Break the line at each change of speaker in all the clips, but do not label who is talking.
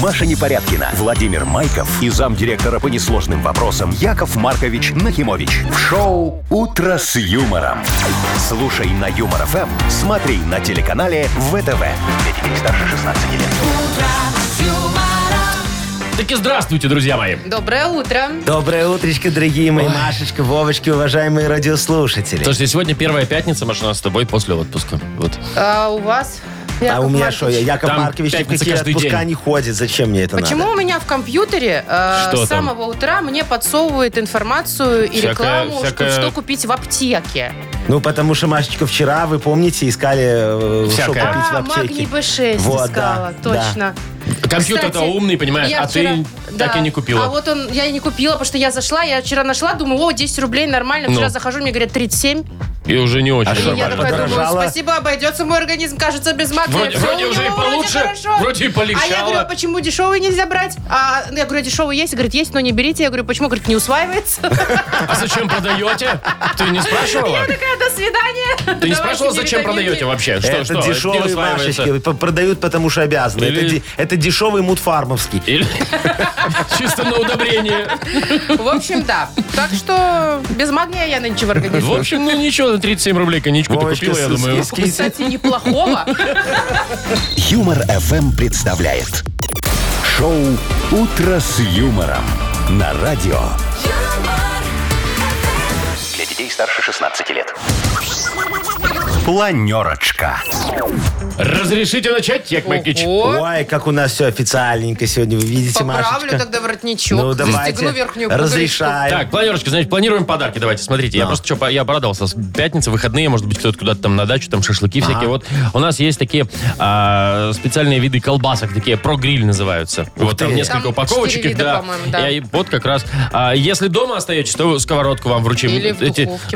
Маша Непорядкина, Владимир Майков и замдиректора по несложным вопросам Яков Маркович Нахимович. В шоу «Утро с юмором». Слушай на Юмор ФМ, смотри на телеканале ВТВ. Для детей старше 16 лет.
Таки здравствуйте, друзья мои.
Доброе утро.
Доброе утречко, дорогие мои Машечка, Вовочки, уважаемые радиослушатели.
Слушайте, сегодня первая пятница, Маша, у нас с тобой после отпуска. Вот.
А у вас?
а
Яков
у меня
Маркович?
что, я Яков
Там
Маркович ни в
пятница
какие
каждый
отпуска
день.
не ходит? Зачем мне это
Почему
надо?
у меня в компьютере э,
Что
с
там?
самого утра мне подсовывает информацию и
Всякое-
рекламу, что-
всякое-
что купить в аптеке?
Ну, потому что, Машечка, вчера, вы помните, искали, э, что
Всякое.
купить в
А,
аптеке.
магний Б6
Вот,
искала,
да,
точно.
А, Компьютер-то
Кстати,
умный, понимаешь,
я
а
вчера-
ты так
да.
и не купила.
А вот он, я и не купила, потому что я зашла, я вчера нашла, думаю, о, 10 рублей, нормально. Вчера
Ну.
захожу, мне говорят, 37.
И уже не очень.
А что,
И я
Нормально.
такая думаю,
Подорожало.
спасибо, обойдется мой организм, кажется, без магния.
Вроде-
Всё
вроде
у
уже
него
и получше,
хорошо.
вроде и
А я
полегчало.
говорю, а почему дешевый нельзя брать? А, я говорю, дешевый есть? Говорит, есть, но не берите. Я говорю, почему? Говорит, не усваивается.
А зачем продаете? Ты не спрашивала?
Я такая, до свидания.
Ты не
Давайте
спрашивала,
мне
зачем
витаминки.
продаете вообще? Что,
Это
что? не
дешевые
усваивается?
Машечки. п- Продают, потому что обязаны. Это,
Или-
де- это дешевый мудфармовский.
Или чисто на удобрение.
В общем, да. Так что без магния я нынче в
В
организме.
общем, ну ничего, за 37 рублей коньячку ты
Вовочка,
купила, я
с-
думаю.
с- с-
Кстати, неплохого.
Юмор ФМ представляет. Шоу «Утро с юмором» на радио. Для детей старше 16 лет. Планерочка.
Разрешите начать, Яков Маркович?
Ого.
Ой, как у нас все официальненько сегодня, вы видите,
Поправлю
Машечка?
тогда воротничок.
Ну,
Застегну
давайте,
верхнюю пуговичку.
разрешаем.
Так, планерочка, значит, планируем подарки. Давайте, смотрите, я
Да.
просто что, я обрадовался. С- Пятница, выходные, может быть, кто-то куда-то там на дачу, там шашлыки всякие. Вот у нас есть такие а, специальные виды колбасок, такие про гриль называются. Вот там
ты.
несколько
Там
упаковочек.
четыре
их,
вида,
да.
по-моему, да.
Я и- вот как раз. а, если дома остаетесь, то сковородку вам вручим.
Или в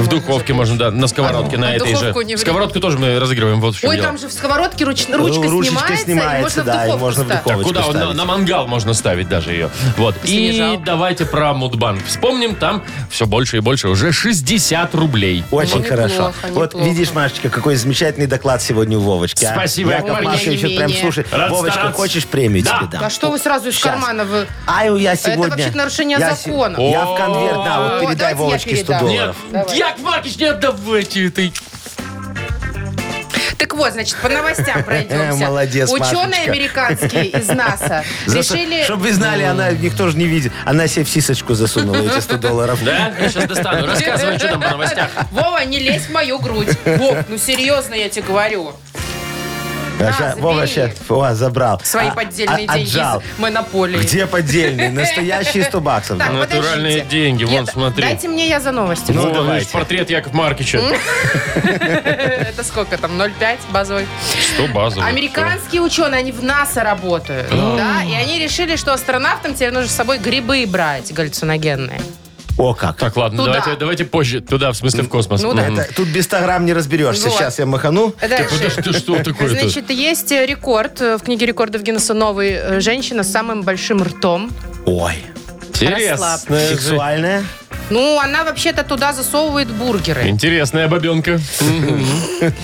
духовке
в духовке
можно запечь.
можно, да, на сковородке,
А,
на
а
этой же.
духовку не вредно.
Сковородку тоже мы разыгрываем. Вот в чем
Ой,
дело.
там же в сковородке руч- ручка
Ну, Ручечка
снимается, и можно
снимается,
в
да, и
духовку
можно в
ставить.
духовку.
Так, куда?
Овощи
На,
ставить.
на мангал можно ставить даже ее. Вот. И
Снижал.
давайте про Мудбанк. Вспомним, там все больше и больше. Уже 60 рублей.
Очень
Ну,
хорошо.
неплохо,
вот
неплохо.
видишь, Машечка, какой замечательный доклад сегодня у Вовочки. а?
Спасибо,
Яков
Яков
Маркович,
Маркович.
прям слушай.
Рад
Вовочка,
стараться.
хочешь премию
Да.
тебе дам?
А что вы сразу из
Щас.
кармана? Вы...
Ай, я сегодня...
вообще-то нарушение
я се-
закона.
Я в конверт, да,
О,
вот передай
давайте я
Вовочке 100
передам.
Нет,
долларов.
Давай.
Яков Маркич, не отдавайте этой.
Так вот, значит, по новостям пройдемся.
Молодец,
Ученые
Машечка.
американские из НАСА решили...
Чтобы вы знали, она, никто же не видит. Она себе в сисочку засунула эти 100 долларов.
Да? Я сейчас достану. Рассказывай, что там по новостях.
Вова, не лезь в мою грудь. Вов, ну серьезно я тебе говорю.
А ща-
забери.
Вова ща- о, забрал.
Свои
А-
поддельные
а-
деньги
Отжал.
из монополии.
Где поддельные? Настоящие 100 баксов.
Так,
да.
Натуральные
подождите.
Ну, деньги, вон, смотри.
Дайте мне я за новости.
Ну,
О,
давайте.
видишь, портрет Яков Маркича.
Это сколько там, 0,5 базовый?
Что базово. ну.
Американские ученые, они в НАСА работают. да, и они решили, что астронавтам теперь нужно с собой грибы брать галлюциногенные.
О, как.
Так, ладно,
Туда.
давайте, давайте позже. Туда, в смысле, в космос.
Ну да,
Мгм.
Это- Тут без 100 грамм не разберешься.
Вот.
Сейчас я махану.
Дальше.
Подожди, что такое-то?
Значит, есть э, рекорд э, в книге рекордов Гиннесса новый э, женщина с самым большим ртом.
Ой.
расслабь.
Э,
Интересная, же-
Сексуальная?
Ну, она вообще-то туда засовывает бургеры.
интересная бабенка.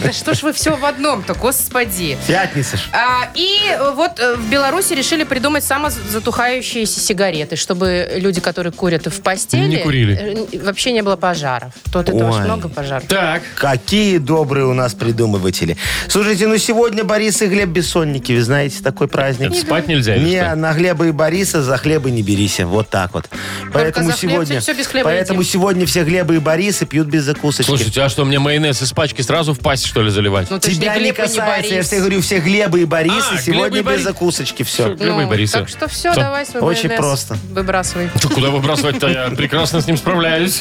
Да что ж вы все в одном-то, господи.
Пятница ж.
А, и э, вот э, в Беларуси решили придумать самозатухающиеся сигареты, чтобы люди, которые курят в постели,
Не курили.
э, вообще не было пожаров. То от этого ж
Ой.
много пожаров.
Так.
Какие добрые у нас придумыватели. Слушайте, ну сегодня Борис и Глеб бессонники, вы знаете, такой праздник.
Это спать нельзя или
Не,
что?
на Глеба и Бориса за хлеба не берись. Вот так вот. Поэтому
за хлеб
сегодня,
всё без хлеба
поэтому
едим.
сегодня все Глебы и Борисы пьют без закусочки.
Слушайте, а что, мне майонез из пачки сразу в пасть, что ли, заливать?
Ну, ты ж
Тебя
не
не
Глеб и не
касается, я
Борис.
же тебе говорю, все Глебы и Борисы
А,
сегодня
Глеб и
без
Борис.
закусочки. Все.
Глеб и Бориса.
ну, Так что все,
Что?
давай свой
Очень
майонез
просто.
Выбрасывай.
Чё, Куда выбрасывать-то? Я прекрасно с ним справляюсь.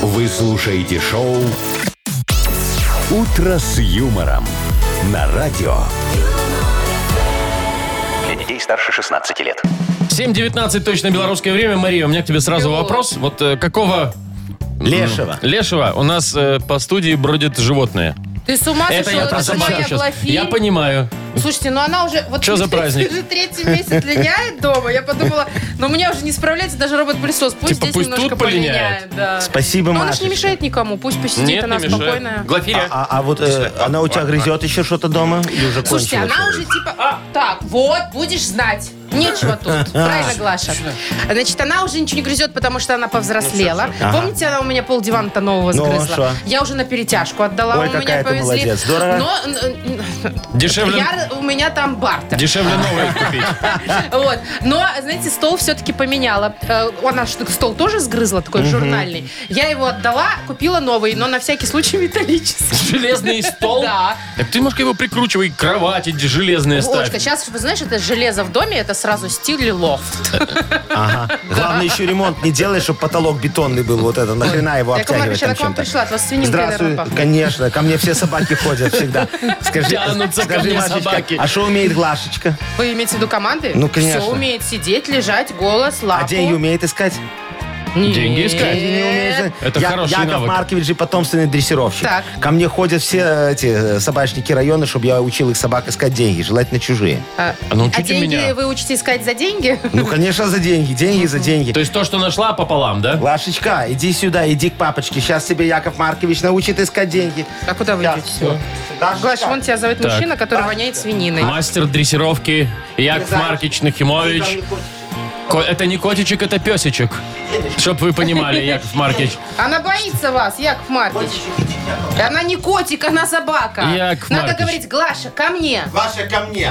Вы слушаете шоу «Утро с юмором» на радио. Для детей старше 16 лет.
7.19 точно белорусское время. Мария, у меня к тебе сразу
Белорус.
вопрос. Вот э, какого
Лешего.
лешего у нас э, по студии бродит животное?
Ты с
А
ума сошел? Это
просто
же
шучу
моя
щас.
Глафирь.
Я понимаю.
Слушайте, ну она уже... Вот
Чё за праздник?
уже третий месяц линяет дома. Я подумала, ну у меня уже не справляется даже робот-пылесос. Пусть
Типа
здесь
пусть
немножко
тут полиняет.
полиняет, да.
Спасибо,
Но она же
Машечка.
не мешает никому. Пусть посидит,
Нет,
она
не мешает.
спокойная.
А,
Глафиря.
а- а вот э, она у тебя грызет еще что-то дома? Или уже
Слушайте,
кончила
она
что-то?
уже типа... а, так, вот, будешь знать. Нечего тут. Правильно, Глаша? Значит, она уже ничего не грызет, потому что она повзрослела. Помните, она у меня пол дивана-то нового
Ну, шо?
сгрызла? Я уже на перетяжку отдала.
Ой,
у меня
какая ты
повезли.
молодец. Здорово.
Но н- н-
Дешевле,
я- у меня там бартер.
дешевле новое купить.
Вот. Но, знаете, стол все-таки поменяла. Э, Она ж стол тоже сгрызла, такой журнальный. Я его отдала, купила новый, но на всякий случай металлический.
Железный стол?
Да.
Так ты, Машка, его прикручивай, кровати железные ставь.
Олечка, сейчас, вы знаешь, это железо в доме, это сразу стиль лофт.
Ага. Главное, еще ремонт не делай, чтобы потолок бетонный был. Вот это, нахрена его
Яков Маркович,
обтягивать там
она к вам
чем-то.
пришла, от вас свининкой, наверное,
Здравствуй.
пахнет.
Конечно, ко мне все собаки ходят всегда. Скажи,
Тянутся ну ко
скажи,
мне
Машечка,
собаки.
а что умеет Глашечка?
Вы имеете в виду команды?
Ну, конечно.
Все умеет сидеть, лежать, голос, лапу.
А деньги умеет искать?
Нет.
Деньги искать?
Деньги не умеет.
Это хороший
Яков
навык.
Маркович же потомственный дрессировщик.
Так.
Ко мне ходят все эти э, собачники района, чтобы я учил их собак искать деньги, желательно чужие.
А,
А научите
а деньги
меня.
вы учите искать за деньги?
Ну, конечно, за деньги, деньги за деньги.
То есть то, что нашла пополам, да?
Глашечка, иди сюда, иди к папочке. Сейчас тебе Яков Маркович научит искать деньги.
А куда вы
Сейчас.
идете? Все.
Глашечка.
Глаш, вон тебя зовет
Так.
мужчина, который воняет свининой.
Мастер дрессировки Яков
знаешь.
Маркич Нахимович. Ко- Это не котичек, это песечек. Чтоб вы понимали, Яков Маркич.
Она боится вас, Яков Маркович. Она не котик, она собака.
Яков
Надо
Маркович.
говорить, Глаша, ко мне.
Ваша ко мне.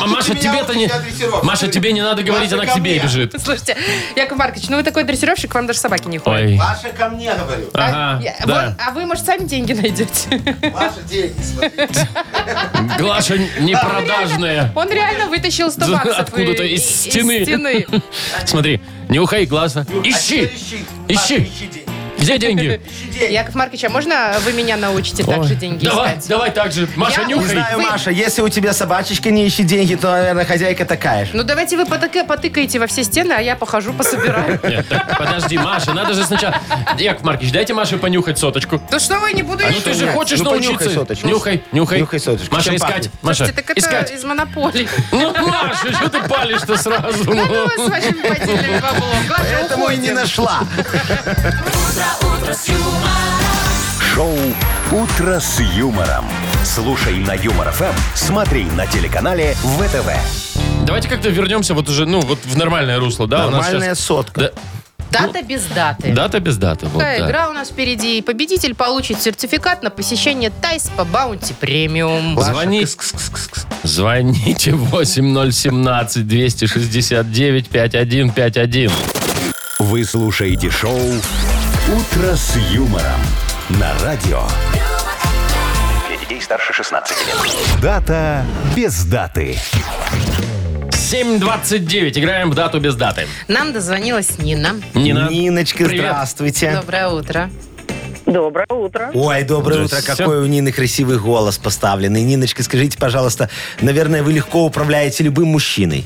А Маша,
Ты меня
тебе-то
учишь
не...
на дрессировке.
Маша, тебе не надо говорить,
Маша,
она к
ко
тебе
мне.
бежит.
Слушайте, Яков Маркович, ну вы такой дрессировщик, вам даже собаки не ходят.
Ой.
Ваша ко мне, говорю.
А,
Ага,
я-
да.
вот, а вы, может, сами деньги найдете?
Ваши деньги, смотри.
Глаша непродажная.
Он реально вытащил 100 баксов.
Откуда-то
и-
из
и-
стены.
стены.
Смотри, не уходи глаза. Ищи! Ищи.
Маша, А ищи деньги.
Где деньги?
Ищи деньги.
Яков Маркович, а можно вы меня научите так же
Ой,
деньги
Давай,
искать?
давай так же. Маша,
Я-
Не
нюхай.
знаю,
Вы-
Маша, если у тебя собачечка не ищет деньги, то, наверное, хозяйка такая же.
Ну давайте вы потыка- потыкаете во все стены, а я похожу, пособираю.
Нет, так, подожди, Маша, надо же сначала... Яков Маркич, дайте Маше понюхать соточку.
Да что вы, не буду
А
я
ну ты
нюхать.
же хочешь
Ну, понюхай
научиться.
соточку.
Нюхай, нюхай.
Нюхай соточку.
Маша,
Чем
искать.
пахнет?
Маша,
Слушайте, так это
искать.
из монополии.
Ну, Маша, что ты палишь-то сразу?
Ну вас с вашими поддельными баблом. Главное,
Поэтому и не
уходим.
нашла.
Шоу «Утро с юмором». Слушай на Юмор ФМ, смотри на телеканале ВТВ.
Давайте как-то вернемся вот уже, ну, вот в нормальное русло, да? у нас
Нормальная
сейчас-
сотка.
Да,
Дата без даты.
дата без даты. Вот,
Такая
да.
игра у нас впереди. И победитель получит сертификат на посещение Тайс по Баунти Премиум.
Ладно.
Звони-
Паша,
Звоните 8017-269-5151.
Вы слушаете шоу «Утро с юмором» на радио. Для детей старше 16 лет. Дата без даты.
7.29. Играем в дату без даты.
Нам дозвонилась Нина.
Нина.
Ниночка,
Привет.
здравствуйте.
Доброе утро.
Доброе утро.
Ой, доброе утро.
Здрасте.
Какой у Нины красивый голос поставленный. Ниночка, скажите, пожалуйста, наверное, вы легко управляете любым мужчиной.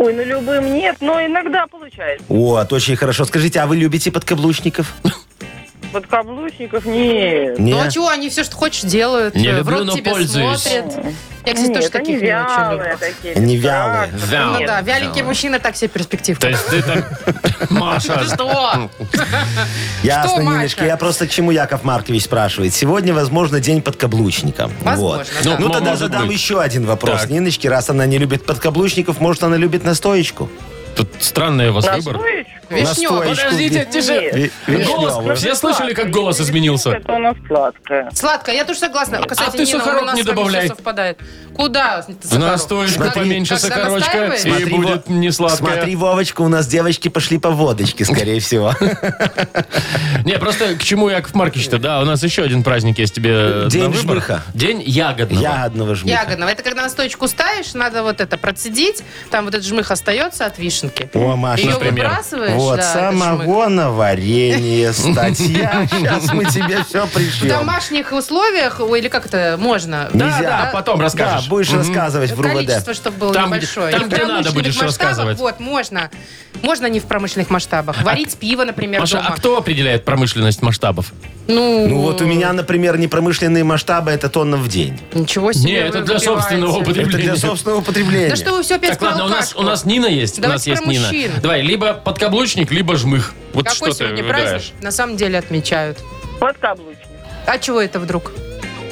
Ой, ну любым нет, но иногда получается.
Вот, очень хорошо. Скажите, а вы любите подкаблучников?
Подкаблучников нет.
Не?
Ну а чего они все, что хочешь, делают?
Не
Э, в
люблю,
рот
но
тебе
пользуюсь.
смотрят. Я, кстати, тоже
Нет, они
таких не очень
вялые
люблю.
такие.
Они вялые.
Вялые.
Нет.
Ну да, вяленький мужчина так себе перспектив.
То есть ты там... Маша.
Что?
Ясно,
Что, Маша?
Ниночка. Я просто к чему Яков Маркович спрашивает. Сегодня, возможно, день подкаблучника.
Возможно,
Вот.
да.
Ну,
Ну,
тогда
может
задам
быть.
еще один вопрос.
Так.
Ниночке, раз она не любит подкаблучников, может, она любит настоечку?
Тут странный у вас выбор.
Настоечку?
Вишневый.
Настоечку.
Подождите, тише.
Ви- вишневую.
Голос. Все слышали, как голос изменился?
Ну, Это у нас сладкое.
Сладко, я тоже согласна. Кстати,
А ты
Нина,
сахарок
у нас
не
с вами
добавляй.
всё совпадает. Куда?
В настоечку
Смотри.
поменьше
Когда
сахарочка,
настаиваешь?
и
Смотри,
будет
Во-
не
Смотри,
сладкое.
Вовочка, у нас девочки пошли по водочке, скорее всего.
Не, просто к чему Яков Маркич-то, да, у нас еще один праздник есть тебе
День
на выбор.
жмыха.
День ягодного.
Ягодного жмиха.
Ягодного. ну, Это когда настойку ставишь, надо вот это процедить, там вот этот жмых остается от вишенки.
О, Маша,
Ее
например.
выбрасываешь,
Вот,
да, этот жмых.
самогона, варенье, статья. Сейчас мы тебе все
В
пришлем.
домашних условиях, ой, или как это можно?
Да,
Да, да, потом
Да,
расскажешь.
будешь рассказывать в
Э, Количество,
РУВД.
чтобы было
Там,
небольшое.
где-
И
там,
в
где надо
промышленных
будешь
масштабах,
рассказывать. А
Вот, можно. Можно не в промышленных масштабах. Варить пиво, например,
Маша,
дома.
а кто определяет промышленность масштабов?
Ну,
Ну вот у меня, например, непромышленные масштабы это тонна в день.
ничего
Ну, Не,
себе. вы
это для
выпиваете.
собственного
Это
употребления.
для собственного потребления.
Да что вы все опять
Так, ладно, у нас, у нас Нина есть. у нас
Давайте
есть
про
Нина.
мужчин.
Давай, либо подкаблучник, либо жмых. Вот
Какой
что ты
сегодня
выбираешь.
праздник? На самом деле отмечают.
Подкаблучник.
А чего это вдруг?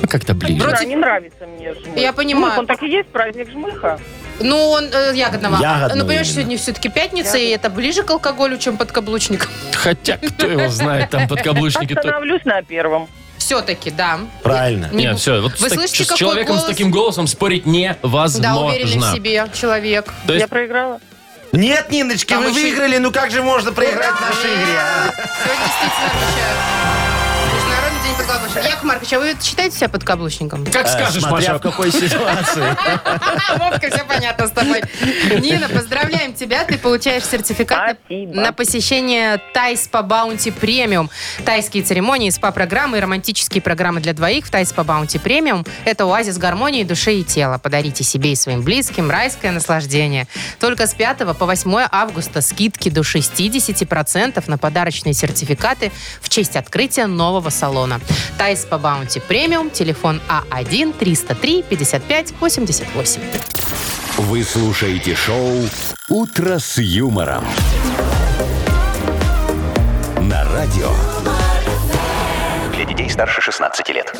Ну, как-то ближе.
Вроде-
Да, не нравится мне жмых.
Я понимаю.
Жмых, он так и есть, праздник жмыха.
Ну, он э, ягодного.
Ягодного
Ну, понимаешь,
именно.
сегодня все-таки пятница, и это ближе к алкоголю, чем под каблучником.
Хотя, кто его знает, там подкаблучники... то-
Остановлюсь на первом.
Все-таки, да.
Правильно.
Не-
Нет, все, вот
Вы
с, так-
слышите,
с
какой
человеком с
голос?
таким голосом спорить невозможно.
Да, уверенный в себе человек.
То есть
Я проиграла.
Нет, Ниночки,
Там
вы
еще и-
выиграли, ну как же можно проиграть в нашей игре, а?
Сегодня действительно отмечают Международный день подкаблучника. Яков Маркович, а вы считаете себя подкаблучником?
Как скажешь,
Э, Смотря
Маша.
в какой ситуации.
Вовка, все понятно с тобой. Нина, поздравляем тебя. Ты получаешь сертификат на-
Спасибо.
на посещение Тай Спа Баунти Премиум. Тайские церемонии, спа-программы и романтические программы для двоих в Тай Спа Баунти Премиум. Это оазис гармонии души и тела. Подарите себе и своим близким райское наслаждение. Только с 5 по 8 августа скидки до 60% на подарочные сертификаты в честь открытия нового салона. Тай Спа Баунти Премиум, телефон А А1-303-55-88.
Вы слушаете шоу «Утро с юмором». На радио. Для детей старше 16 лет.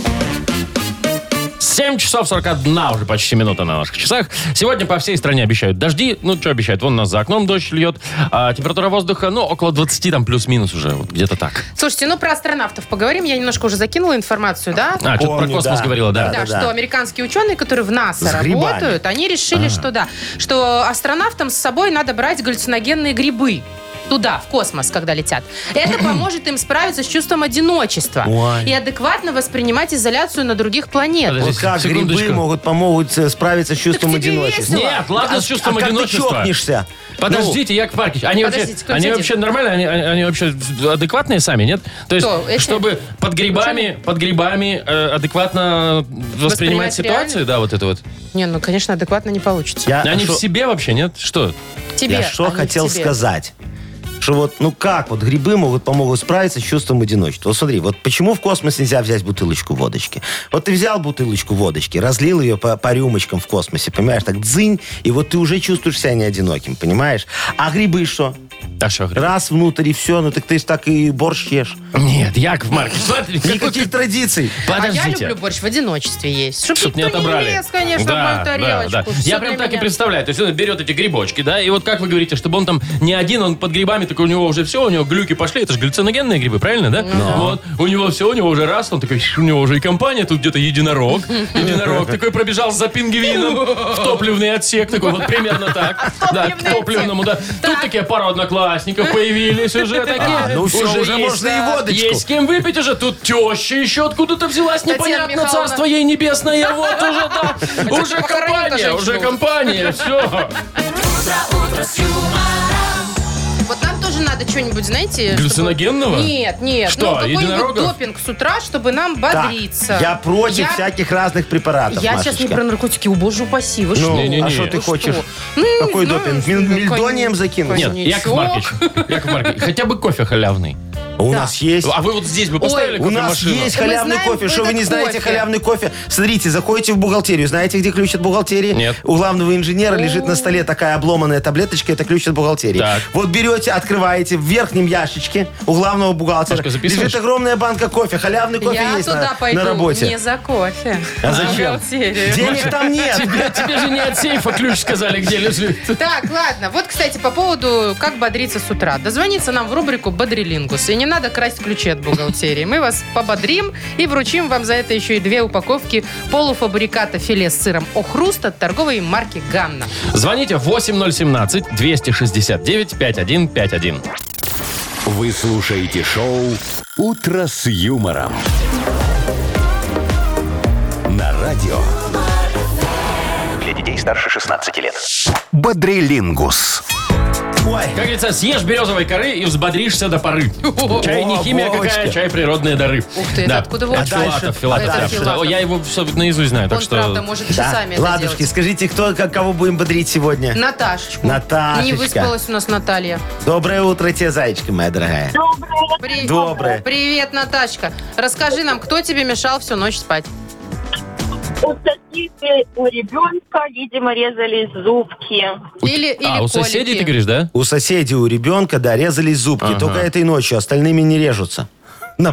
7 часов 41 уже почти минута на наших часах. Сегодня по всей стране обещают дожди. Ну, что обещают? Вон у нас за окном дождь льет. А температура воздуха, ну, около 20, там плюс-минус уже. Вот где-то так.
Слушайте, ну про астронавтов поговорим. Я немножко уже закинула информацию, да?
А, что-то про
Помню,
космос
да.
говорила, да.
Да,
да.
что американские ученые, которые в НАСА
С грибами.
работают, они решили, что да, что астронавтам с собой надо брать галлюциногенные грибы туда, в космос, когда летят. Это поможет им справиться с чувством одиночества
Ой.
и адекватно воспринимать изоляцию на других планетах.
Подожди,
Вот как грибы
секундочку.
могут помогут э, справиться с чувством
тебе
одиночества.
весело.
Нет, ладно, с чувством
а как ты
одиночества.
чокнешься? Ну,
Подождите, Яков Маркич, они вообще,
Подождите, кто
они
сидит?
вообще нормально, они, они- они вообще адекватные сами, нет? То есть,
Кто, эти?
чтобы под грибами, под грибами э, адекватно воспринимать
Воспринимать
ситуацию, да, вот это вот.
Не, ну, конечно, адекватно не получится.
Я
они
А, шо-
в себе вообще, нет? Что?
Тебе.
Я
а
что
не
хотел
тебе.
сказать? Что вот, ну как вот грибы могут помогут справиться с чувством одиночества? Вот смотри, вот почему в космос нельзя взять бутылочку водочки? Вот ты взял бутылочку водочки, разлил ее по, по рюмочкам в космосе, понимаешь, так дзынь, и вот ты уже чувствуешь себя не одиноким, понимаешь? А грибы что? А
Да что, гриб?
Раз внутрь и все, ну так ты ж так и борщ ешь.
Нет, Яков Маркич, смотри, какой
Никаких традиций.
А я люблю
Подождите.
борщ в одиночестве есть. Чтоб,
Чтоб не
никто
отобрали.
лез, конечно,
Да,
в мою
да,
тарелочку.
да.
Всё
Я
для
прям так и
меня.
представляю. То есть он берет эти грибочки, да, и вот как вы говорите, чтобы он там не один, он под грибами, так у него уже все, у него глюки пошли, это же галлюциногенные грибы, правильно,
Ну
да? Вот, у него все, у него уже раз, он такой, у него уже и компания, тут где-то единорог, единорог такой пробежал за пингвином в топливный отсек, такой вот примерно так. Да, к
А Топливный
топливному, да. Тут
Так.
такие пару одноклассников появились уже
А,
такие.
ну всё, уже
есть-
можно и водочку.
Есть с кем выпить уже. Тут теща еще откуда-то взялась,
Татьяна
непонятно,
Михайловна.
царство ей небесное. Вот уже, да, уже
похоронила
компания,
женщину.
уже компания, все.
Вот нам тоже надо что-нибудь, знаете... чтобы-
Глюциногенного?
Нет, нет.
Что,
ну, какой-нибудь
единорогов?
допинг с утра, чтобы нам
Да.
бодриться.
Я против
Я-
всяких разных препаратов,
Я сейчас не
Машечка.
про наркотики, о боже упаси, вы
Ну,
что?
Не-не-не.
а что ты
Вы
хочешь?
что? Ну,
Какой
не знаю,
допинг?
ну,
Мил-
конечно.
Мильдонием закинуть?
Нет,
Коньячок.
Яков Маркович, Яков Маркович, хотя бы кофе халявный.
А У нас есть.
А вы вот здесь бы поставили
У нас
кофемашину?
есть
Мы
халявный
знаем,
кофе.
кто
Что вы
этот
не знаете
кофе.
халявный кофе? Смотрите, заходите в бухгалтерию. Знаете, где ключ от бухгалтерии?
Нет.
У главного инженера лежит на столе такая обломанная таблеточка. Это ключ от бухгалтерии.
Так.
Вот берете, открываете в верхнем ящичке у главного бухгалтера.
Машка, записываешь?
лежит огромная банка кофе. Халявный кофе
Я
есть
туда
на,
пойду
на работе.
не за кофе.
А зачем?
Бухгалтерию.
Денег там нет.
Тебе, тебе же не от сейфа ключ сказали, где лежит.
Так, ладно. Вот, кстати, по поводу «Как бодриться с утра». Дозвониться нам в рубрику «Бодрилингус». И не надо красть ключи от бухгалтерии. Мы вас пободрим и вручим вам за это еще и две упаковки полуфабриката филе с сыром «Охруст» от торговой марки «Ганна».
Звоните 8017-269-5151.
Вы слушаете шоу «Утро с юмором». На радио. Для детей старше 16 лет. Бодрилингус.
Ой.
Как говорится, съешь березовой коры и взбодришься до поры. Чай не
О,
химия какая,
Вовочка. чай
чай природные дары.
Ух ты, это откуда вы?
От
А дальше?
Филатов, Филатов.
Это
да,
Филатов.
Филатов. О, Я его все наизусть знаю, так
Он,
что...
правда, может
Да.
часами это
Ладушки,
делать. Ну.
скажите, кто, как- кого будем бодрить сегодня?
Наташечку.
Наташечка.
Не выспалась у нас Наталья.
Доброе утро тебе, зайчка моя дорогая.
Привет.
Доброе.
Привет, Наташка. Расскажи нам, кто тебе мешал всю ночь спать?
У соседей у ребенка, видимо, резались зубки.
Или, или
А, у соседей, ты говоришь, да?
У соседей, у ребенка, да, резались зубки.
Ага.
Только этой ночью, остальными не режутся. на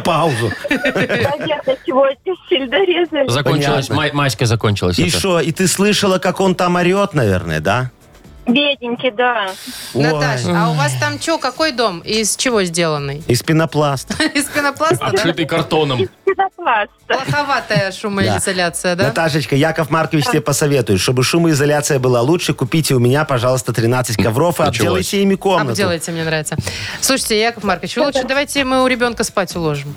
паузу.
Наверное, сегодня сельдорезы.
Закончилась,
Понятно.
май- майская закончилась.
И
это.
что, и ты слышала, как он там орет, наверное, да?
Бедненький, да.
Наташа,
Ой,
а у вас там что, какой дом? и Из чего сделанный?
Из пенопласта.
Из пенопласта, да?
Обшитый А картоном.
Из пенопласта.
Плоховатая шумоизоляция, да?
Наташечка, Яков Маркович тебе посоветует, чтобы шумоизоляция была лучше, купите у меня, пожалуйста, 13 ковров и
Началось.
обделайте ими комнату.
Обделайте, мне нравится. Слушайте, Яков Маркович, вы лучше давайте мы у ребенка спать уложим.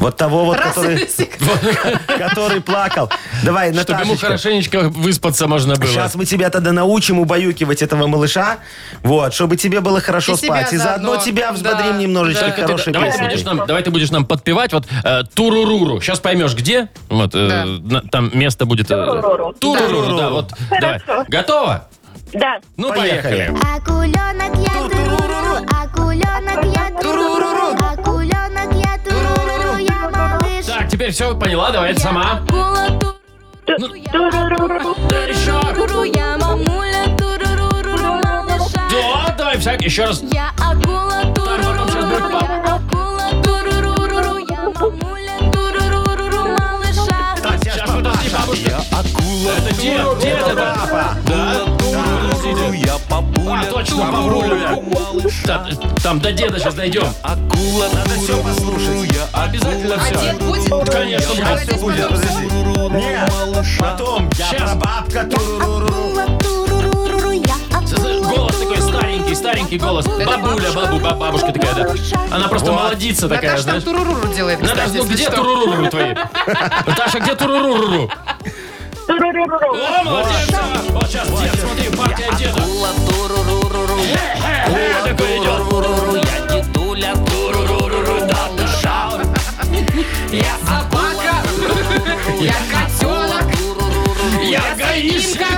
Вот того вот,
Раз и
который,
навсегда.
который плакал. Давай,
Чтобы ему
Наташечка.
хорошенечко выспаться можно было.
Сейчас мы тебя тогда научим убаюкивать этого малыша, вот, чтобы тебе было хорошо
И себя
спать. И заодно,
заодно.
тебя взбодрим
Да.
немножечко
Только ты
хорошей
давай, ты будешь
песней.
нам, давай ты будешь нам подпевать вот э, Туруруру. Сейчас поймешь, где. Вот, э,
Да.
на- там место будет... э,
Туруруру.
Туруруру, да, вот.
Хорошо.
давай. Готово?
Да.
Ну,
Поехали.
поехали.
Акуленок я туруру, акуленок я туруру, акуленок я туруру, я малыш.
Так, теперь все поняла, давай это сама.
Ту-
Ну,
туруруру.
Да, еще.
Туру, я мамуля, туруру, малыша.
Да, давай всяк, еще раз.
Я акула, туруру,
Сейчас будет пап.
я акула, туруру, я мамуля, туруру, малыша.
Сейчас, подожди, бабушка. Я акула. Это где? Где это? Да? Да? Подождите.
Я бабуля,
А, точно, бабуля. Да, Там до деда сейчас дойдем.
акула, надо все послушать. Я
Обязательно
А
все.
дед будет?
Конечно,
Давайте
будет.
потом
Будет, подожди. Нет, потом я
Щас.
прабабка. туруруру.
Туруру, я
Голос такой старенький, старенький голос. Бабуля, бабу, ба- бабушка такая, да. Она просто молодица такая,
Наташа там
знаешь.
туруруру делает,
Наташа,
кстати,
ну
если
где
что.
туруруру твои? Наташа, где туруруру?
Туруруру.
О, молодец! Вот сейчас дед, смотри, партия деда.
туруруру,
Э, такой идет.
туруру, я дедуля, туруруру, да душа. Я собака,
Я котенок,
Я гаишник.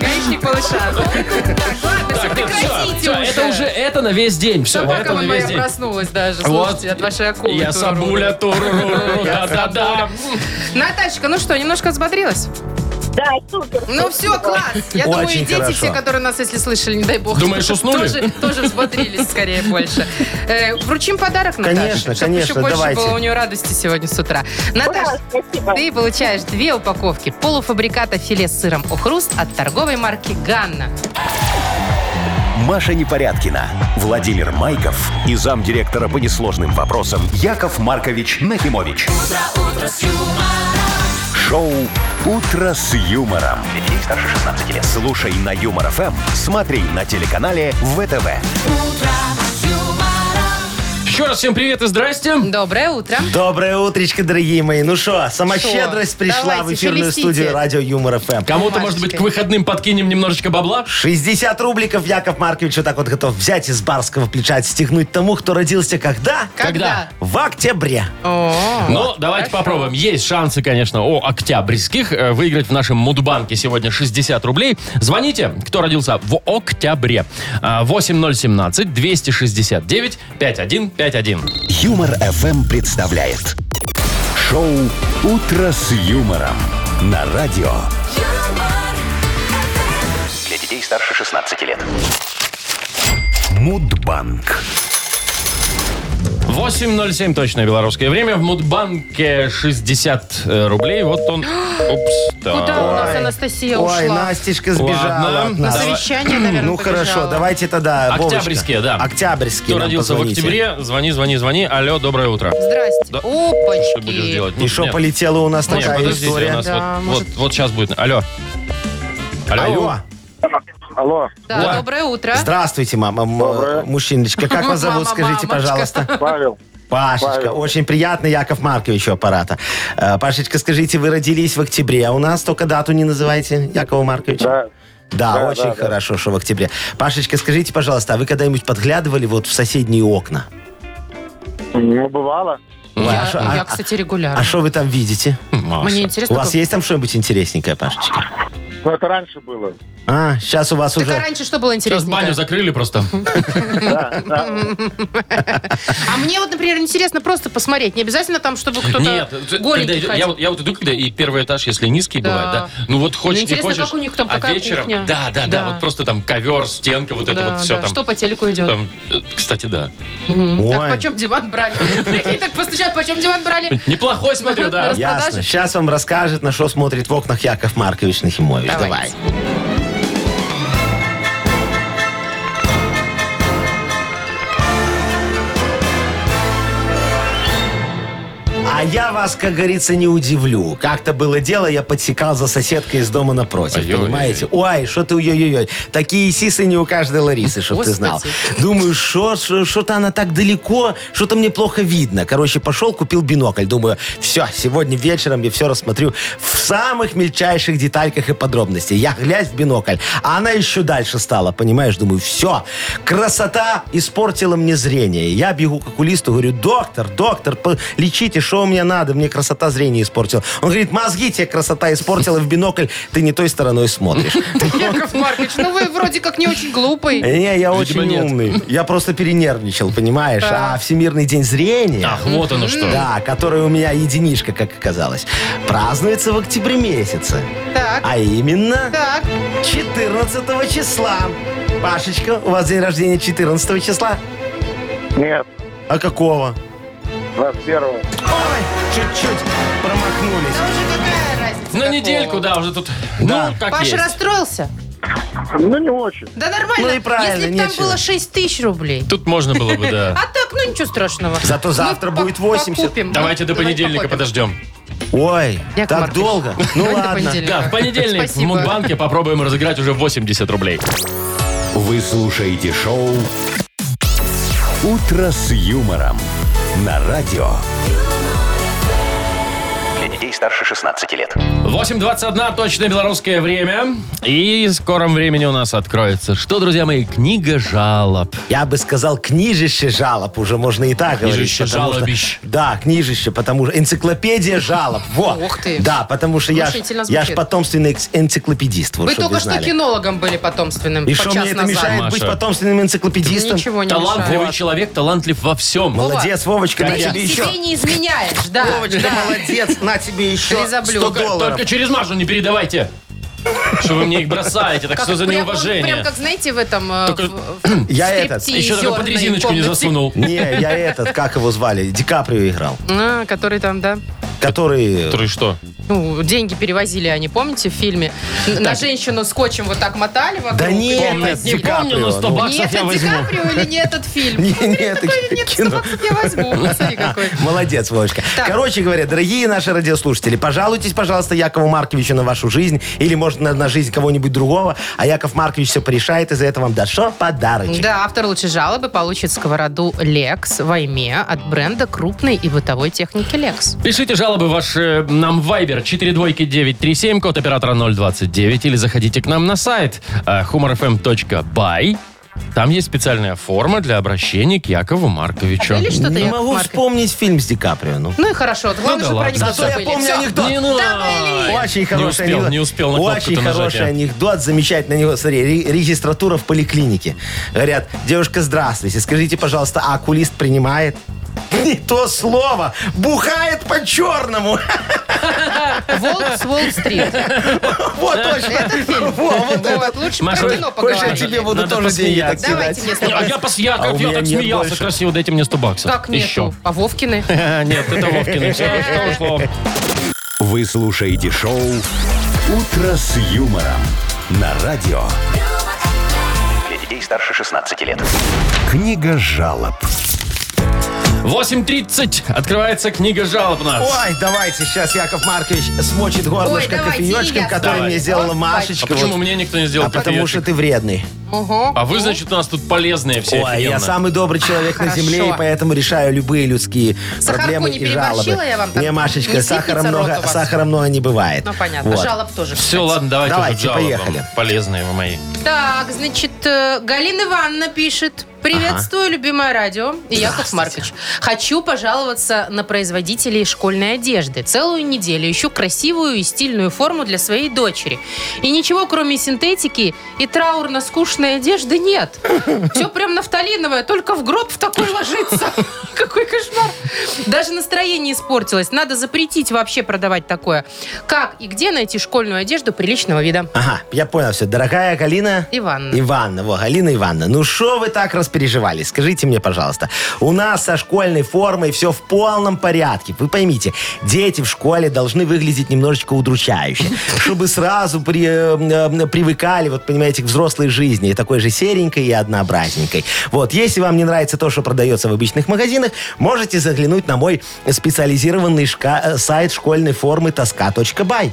гаишник малыша. Так, ладно, всё,
Так, ну, всё,
прекратите
всё,
уже.
это уже, это на весь день. Все,
Собака
это на
вон
весь
моя
день.
проснулась даже,
Вот.
слушайте, от вашей акулы.
Я
туруруру.
сабуля, туруруру, да-да-да.
Наташечка, ну что, немножко взбодрилась?
Да, супер.
Ну все, класс. Я
Очень
думаю, и дети
хорошо.
все, которые нас, если слышали, не дай бог.
Думаешь, уснули?
Тоже, тоже взбодрились скорее больше. Э, вручим подарок, Наташе.
Конечно,
чтобы
конечно,
еще больше
давайте.
было у нее радости сегодня с утра. Наташа,
Ура, спасибо.
ты получаешь две упаковки полуфабриката филе с сыром «Охруст» от торговой марки «Ганна».
Маша Непорядкина, Владимир Майков и замдиректора по несложным вопросам Яков Маркович Нахимович. Шоу Утро с юмором. Для детей старше 16 лет. Слушай на юмор ФМ, смотри на телеканале ВТВ.
Еще раз всем привет и здрасте.
Доброе утро.
Доброе утречко, дорогие мои. Ну что, сама
Шо?
щедрость пришла в
Давайте,
эфирную
шелестите.
студию радио Юмор ФМ.
Кому-то, может быть, к выходным подкинем немножечко бабла?
60 рубликов Яков Маркович вот так вот готов взять из барского плеча, отстегнуть тому, кто родился когда?
Когда?
В октябре.
О,
Ну, давайте попробуем. Есть шансы, конечно, у октябрьских э, выиграть в нашем Мудбанке сегодня 60 рублей. Звоните, кто родился в октябре. А, 8017-269-5151.
Юмор ФМ представляет. Шоу Утро с юмором на радио. Для детей старше 16 лет. Мудбанк.
8.07 точное белорусское время. В Мудбанке 60 э, рублей. Вот он. Упс. так.
Куда у нас Анастасия
Ой,
ушла?
Настежка сбежала
Ладно.
от
На
нас.
совещание,
Совещание, наверное,
Ну хорошо,
побежала.
давайте тогда, Вовочка.
Октябрьские, да.
Октябрьские
Кто
нам
родился в
позвоните.
октябре, звони, звони, звони. Алло, доброе утро.
Здрасте.
Да.
Опачки.
Что будешь делать? Ну,
И что
нет.
полетела у нас
Нет,
такая
подождите, у
история?
нас
Да,
вот,
может-
вот, сейчас будет. Алло. Алло.
Алло.
Алло,
Да,
Да.
доброе утро.
Здравствуйте, мама, м- э,
Доброе.
мужчиночка. Как вас зовут,
Мама,
скажите,
мамочка.
пожалуйста?
Павел.
Пашечка,
Павел.
очень приятно, Яков Маркович у аппарата. Э, Пашечка, скажите, вы родились в октябре, а у нас только дату не называйте, Якова Марковича?
Да,
Да,
Да,
очень
да, да.
хорошо, что в октябре. Пашечка, скажите, пожалуйста, а вы когда-нибудь подглядывали вот в соседние окна?
ну бывало.
Ой, а
Я,
шо-
я,
а-
кстати, регулярно.
А что вы там видите?
Маша.
Мне
У
интересно,
вас
как-
есть там что-нибудь интересненькое, Пашечка?
Но это раньше было.
А, сейчас у вас
Так а
уже...
раньше что было
Сейчас баню
интереснее?
закрыли просто.
А мне вот, например, интересно просто посмотреть. Не обязательно там, чтобы
Нет,
кто-то
когда
голенький
иду- я,
ходил.
вот- я вот иду, когда и первый этаж, если низкий
Да.
бывает, да. Ну вот хочешь,
Ну,
не
интересно,
хочешь.
как у них там,
а
какая
вечером,
кухня?
да, да, да,
Да.
вот просто там ковер, стенка, вот это
Да,
вот все
да.
там.
Что по телеку идет?
Там, э, кстати, да.
Так
Ой,
почем диван брали? Прикинь, так постучат, почем диван брали?
Неплохой, смотрю, да.
Я-
ясно.
продажи?
Сейчас вам расскажет, на что смотрит в окнах Яков Маркович Нахимович. Давай.
Давайте.
А я вас, как говорится, не удивлю. Как-то было дело, я подсекал за соседкой из дома напротив,
Ой-ой-ой.
понимаете? Ой, что ты, ой-ой-ой. Такие сисы не у каждой Ларисы, чтоб ты
Господи.
знал. Думаю, что, что-то она так далеко, что-то мне плохо видно. Короче, пошел, купил бинокль. Думаю, все, сегодня вечером я все рассмотрю в самых мельчайших детальках и подробностях. Я глядь в бинокль, а она еще дальше стала, понимаешь? Думаю, все, красота испортила мне зрение. Я бегу к окулисту, говорю, доктор, доктор, по- лечите, что мне надо, мне красота зрения испортила. Он говорит, мозги тебе красота испортила в бинокль, ты не той стороной смотришь.
Яков Маркович, ну вы вроде как не очень глупый.
Э, Не, я
Видимо,
очень
нет.
умный. Я просто перенервничал, понимаешь? А Всемирный день зрения...
Ах, вот оно что.
Да, которая у меня единичка, как оказалось, празднуется в октябре месяце.
Так,
А именно
так.
14 числа. Пашечка, у вас день рождения 14 числа?
Нет,
А какого?
21-го.
Ой, чуть-чуть промахнулись.
Уже какая разница,
На
какого?
недельку, да, уже тут.
Да.
Ну, как
Паша
есть.
расстроился?
Ну, не очень.
Да нормально.
Ну и правильно,
Если бы там
нечего.
было 6 тысяч рублей.
Тут можно было бы, да.
А так, ну ничего страшного.
Зато
Мы
завтра
по-
будет 80.
покупим.
Давайте до
Давай
понедельника
покупим.
подождем.
Ой,
Яков
так
Маркович,
долго. Ну
давайте до
ладно.
понедельника.
Да, в понедельник в
Спасибо.
Мудбанке попробуем разыграть уже 80 рублей.
Вы слушаете шоу «Утро с юмором» на радио. Для детей старше 16 лет.
8.21, точное белорусское время. И в скором времени у нас откроется. Что, друзья мои, книга жалоб.
Я бы сказал, книжище жалоб уже можно и так говорить.
Книжище
потому что-
жалобищ.
Да, книжище, потому что энциклопедия жалоб. Во.
Ух ты.
Да, потому что я ж,
Внушительно
я ж
звучит.
потомственный экс- энциклопедист. вот
Вы
чтоб
только что
знали.
кинологом были потомственным.
И
по
что
час
мне это
назад.
мешает
Маша.
быть потомственным энциклопедистом?
Ничего не
Талантливый
мешает.
человек, талантлив во всем.
Молодец, Вовочка, на
Ты
тебе еще.
себе не изменяешь, да.
Вовочка,
да.
молодец, на тебе еще
Лизоблюд.
100
Только,
долларов.
только через Машу не передавайте. Что вы мне их бросаете? Так
Как
что за
прям-
неуважение?
он Прям как, знаете, в этом... э,
Только-
в- в
Я
стриптизерной
этот.
Еще только под резиночку не
комнате.
засунул.
Не, я этот, как его звали, Ди Каприо играл.
А, который там, да.
Который...
Который что?
Ну, деньги перевозили они, помните, в фильме? Н- На женщину скотчем вот так мотали вокруг.
Да
и
нет,
прям-
это
Не
Ди
помню, но
Каприо.
100
ну.
баксов
не
я
этот Ди
возьму.
Каприу или не этот фильм?
Не, не, это
Такой, нет,
кино.
100% я возьму. Посмотри, какой.
Молодец, Вовочка.
Так.
Короче говоря, дорогие наши радиослушатели, пожалуйтесь, пожалуйста, Якову Марковичу на вашу жизнь или, может, на, на жизнь кого-нибудь другого, а Яков Маркович все порешает и за это вам даст шо? Подарочек.
Да, автор лучшей жалобы получит сковороду Лекс в Айме от бренда крупной и бытовой техники Лекс.
Пишите жалобы ваши нам в Viber 42937, код оператора 029, или заходите к нам на сайт э, humorfm.by. Там есть специальная форма для обращения к Якову Марковичу.
Или что-то
Не
Яков
могу
Маркович.
вспомнить фильм с Ди Каприо. Ну.
Ну и хорошо, вот главное,
да
что про
ладно.
них
Зато
Зато я
забыли.
помню
Всё.
анекдот.
Не надо.
Очень
Не
хороший
успел,
анекдот.
не успел на кнопку-то
Очень
нажать,
хороший
а.
анекдот, замечательный анекдот. Смотри, ре- регистратура в поликлинике. Говорят, девушка, здравствуйте, скажите, пожалуйста, а окулист принимает? Не то слово. Бухает по-черному.
Волк с Уолл-стрит.
Вот точно. Во, вот
Вот,
это.
лучше
Маша,
про кино
Хочешь, я
поговорим.
тебе буду
Надо
тоже деньги так
посмеяться.
Давайте
кидать?
мне с тобой.
А я, пос- я,
А
как-
у
я
меня
так
нет
смеялся
больше.
красиво, дайте мне 100 баксов.
Как
Еще.
нету? А Вовкины?
А, Нет, это Вовкины. Все, что ушло.
Вы слушаете шоу «Утро с юмором» на радио. Для детей старше 16 лет. Книга жалоб.
8.30. Открывается книга жалоб у нас.
Ой, давайте, сейчас Яков Маркович смочит горлышко
давайте,
кофеечком,
Илья,
который
давай.
мне сделала
Господи.
А
Машечка.
почему
вот.
мне никто не сделал
А потому
кофеечек?
что ты вредный.
Ого.
А вы, значит, у нас тут полезные все
Ой, я
офигенно.
самый добрый человек на
Хорошо.
земле, и поэтому решаю любые людские
Сахарку
проблемы
не
и жалобы.
переборщила я вам там?
Не, Машечка,
Не
сахара,
сыпется рот
много,
у вас?
сахара много не бывает.
Ну, понятно.
Вот.
Жалоб тоже.
Все,
кстати.
ладно, давайте,
Давайте,
уже к жалобам.
поехали.
Полезные вы мои.
Так, значит, э, Галина Ивановна пишет. Приветствую, любимое радио. И Яков Маркович. Хочу пожаловаться на производителей школьной одежды. Целую неделю ищу красивую и стильную форму для своей дочери. И ничего, кроме синтетики и траурно-скучной одежды, нет. Все прям нафталиновое, только в гроб в такой ложится. Какой кошмар. Даже настроение испортилось. Надо запретить вообще продавать такое. Как и где найти школьную одежду приличного вида?
Ага, я понял все. Дорогая Галина...
Иванна.
Ивановна, во, Галина Ивановна, ну что вы так распереживались? Скажите мне, пожалуйста. У нас со школьной формой все в полном порядке. Вы поймите, дети в школе должны выглядеть немножечко удручающе, чтобы сразу при- э, э, привыкали, вот понимаете, к взрослой жизни, и такой же серенькой и однообразненькой. Вот, если вам не нравится то, что продается в обычных магазинах, можете заглянуть на мой специализированный шка- э, сайт школьной формы тоска.бай.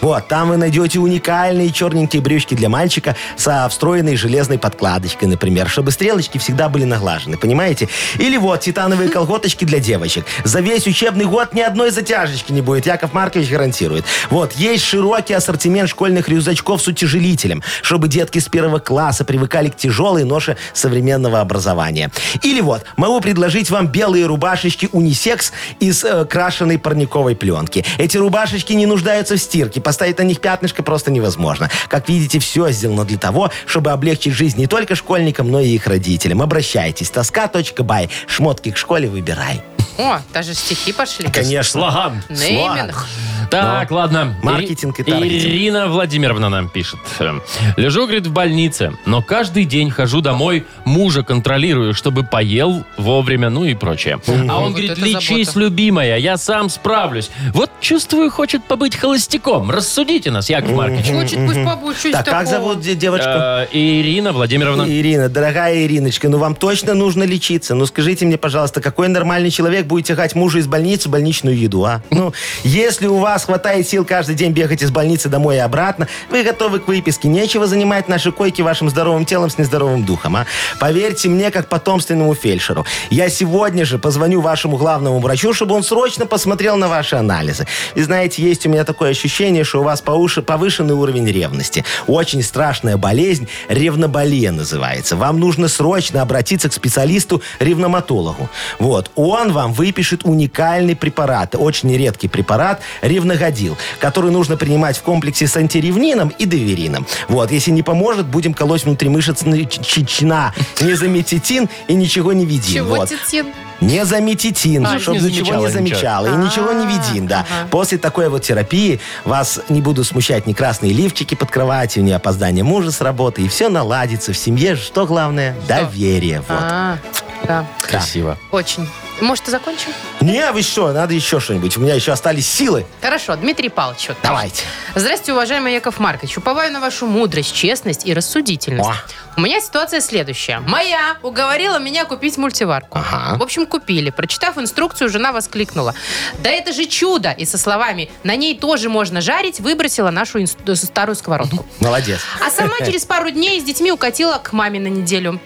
Вот, там вы найдете уникальные черненькие брючки для мальчика со встроенной железной подкладочкой, например, чтобы стрелочки всегда были наглажены, понимаете? Или вот титановые колготочки для девочек. За весь учебный год ни одной затяжечки не будет, Яков Маркович гарантирует. Вот, есть широкий ассортимент школьных рюкзачков с утяжелителем, чтобы детки с первого класса привыкали к тяжелой ноше современного образования. Или вот, могу предложить вам белые рубашечки унисекс из э, крашеной парниковой пленки. Эти рубашечки не нуждаются в стирке, поставить на них пятнышко просто невозможно. Как видите, все сделано для того, чтобы облегчить жизнь не только школьникам, но и их родителям. Обращайтесь, тоска.бай, шмотки к школе выбирай.
О, даже стихи пошли.
Слоган.
Нейминг.
Так, ладно.
Ну, Маркетинг и
Ири-
таргетинг.
Ирина Владимировна нам пишет. Эм, Лежу, говорит, в больнице, но каждый день хожу домой, мужа контролирую, чтобы поел вовремя, ну и прочее. А он
Вот
говорит,
это
лечись,
забота.
любимая, я сам справлюсь. Вот чувствую, хочет побыть холостяком. Рассудите нас, Яков Маркович.
Хочет, пусть побудет. что
Так, как
такого?
зовут де- девочку?
Э, Ирина Владимировна.
Ирина, дорогая Ириночка, ну вам точно нужно лечиться. Ну скажите мне, пожалуйста, какой нормальный человек будет тягать мужа из больницы в больничную еду, а? Ну, если у вас хватает сил каждый день бегать из больницы домой и обратно, вы готовы к выписке. Нечего занимать наши койки вашим здоровым телом с нездоровым духом, а? Поверьте мне, как потомственному фельдшеру. Я сегодня же позвоню вашему главному врачу, чтобы он срочно посмотрел на ваши анализы. И знаете, есть у меня такое ощущение, что у вас повыше- повышенный уровень ревности. Очень страшная болезнь, ревноболия называется. Вам нужно срочно обратиться к специалисту-ревноматологу. Вот, он вам выпишет уникальный препарат, очень редкий препарат, ревногодил, который нужно принимать в комплексе с антиревнином и доверином. Вот, если не поможет, будем колоть внутримышечный ч- чечна, незаметитин и ничего не видим.
Чего,
Вот.
Титин?
Не заметитин,
А,
чтобы
не
ничего
замечала
не
ничего.
замечала. И ничего не видим, да. После такой вот терапии вас не будут смущать ни красные лифчики под кроватью, ни опоздание мужа с работы. И все наладится в семье. Что главное? Доверие. Вот.
А, да,
Красиво.
очень. Может, и закончим?
Не, а вы что, надо еще что-нибудь. У меня еще остались силы.
Хорошо, Дмитрий Павлович. вот.
Давайте.
Здрасте, уважаемый Яков Маркович. Уповаю на вашу мудрость, честность и рассудительность.
О.
У меня ситуация следующая. Моя уговорила меня купить мультиварку.
Ага.
В общем, купили. Прочитав инструкцию, жена воскликнула. Да это же чудо! И со словами «на ней тоже можно жарить» выбросила нашу инс- э, старую сковородку.
Молодец.
А сама через пару дней с детьми укатила к маме на неделю.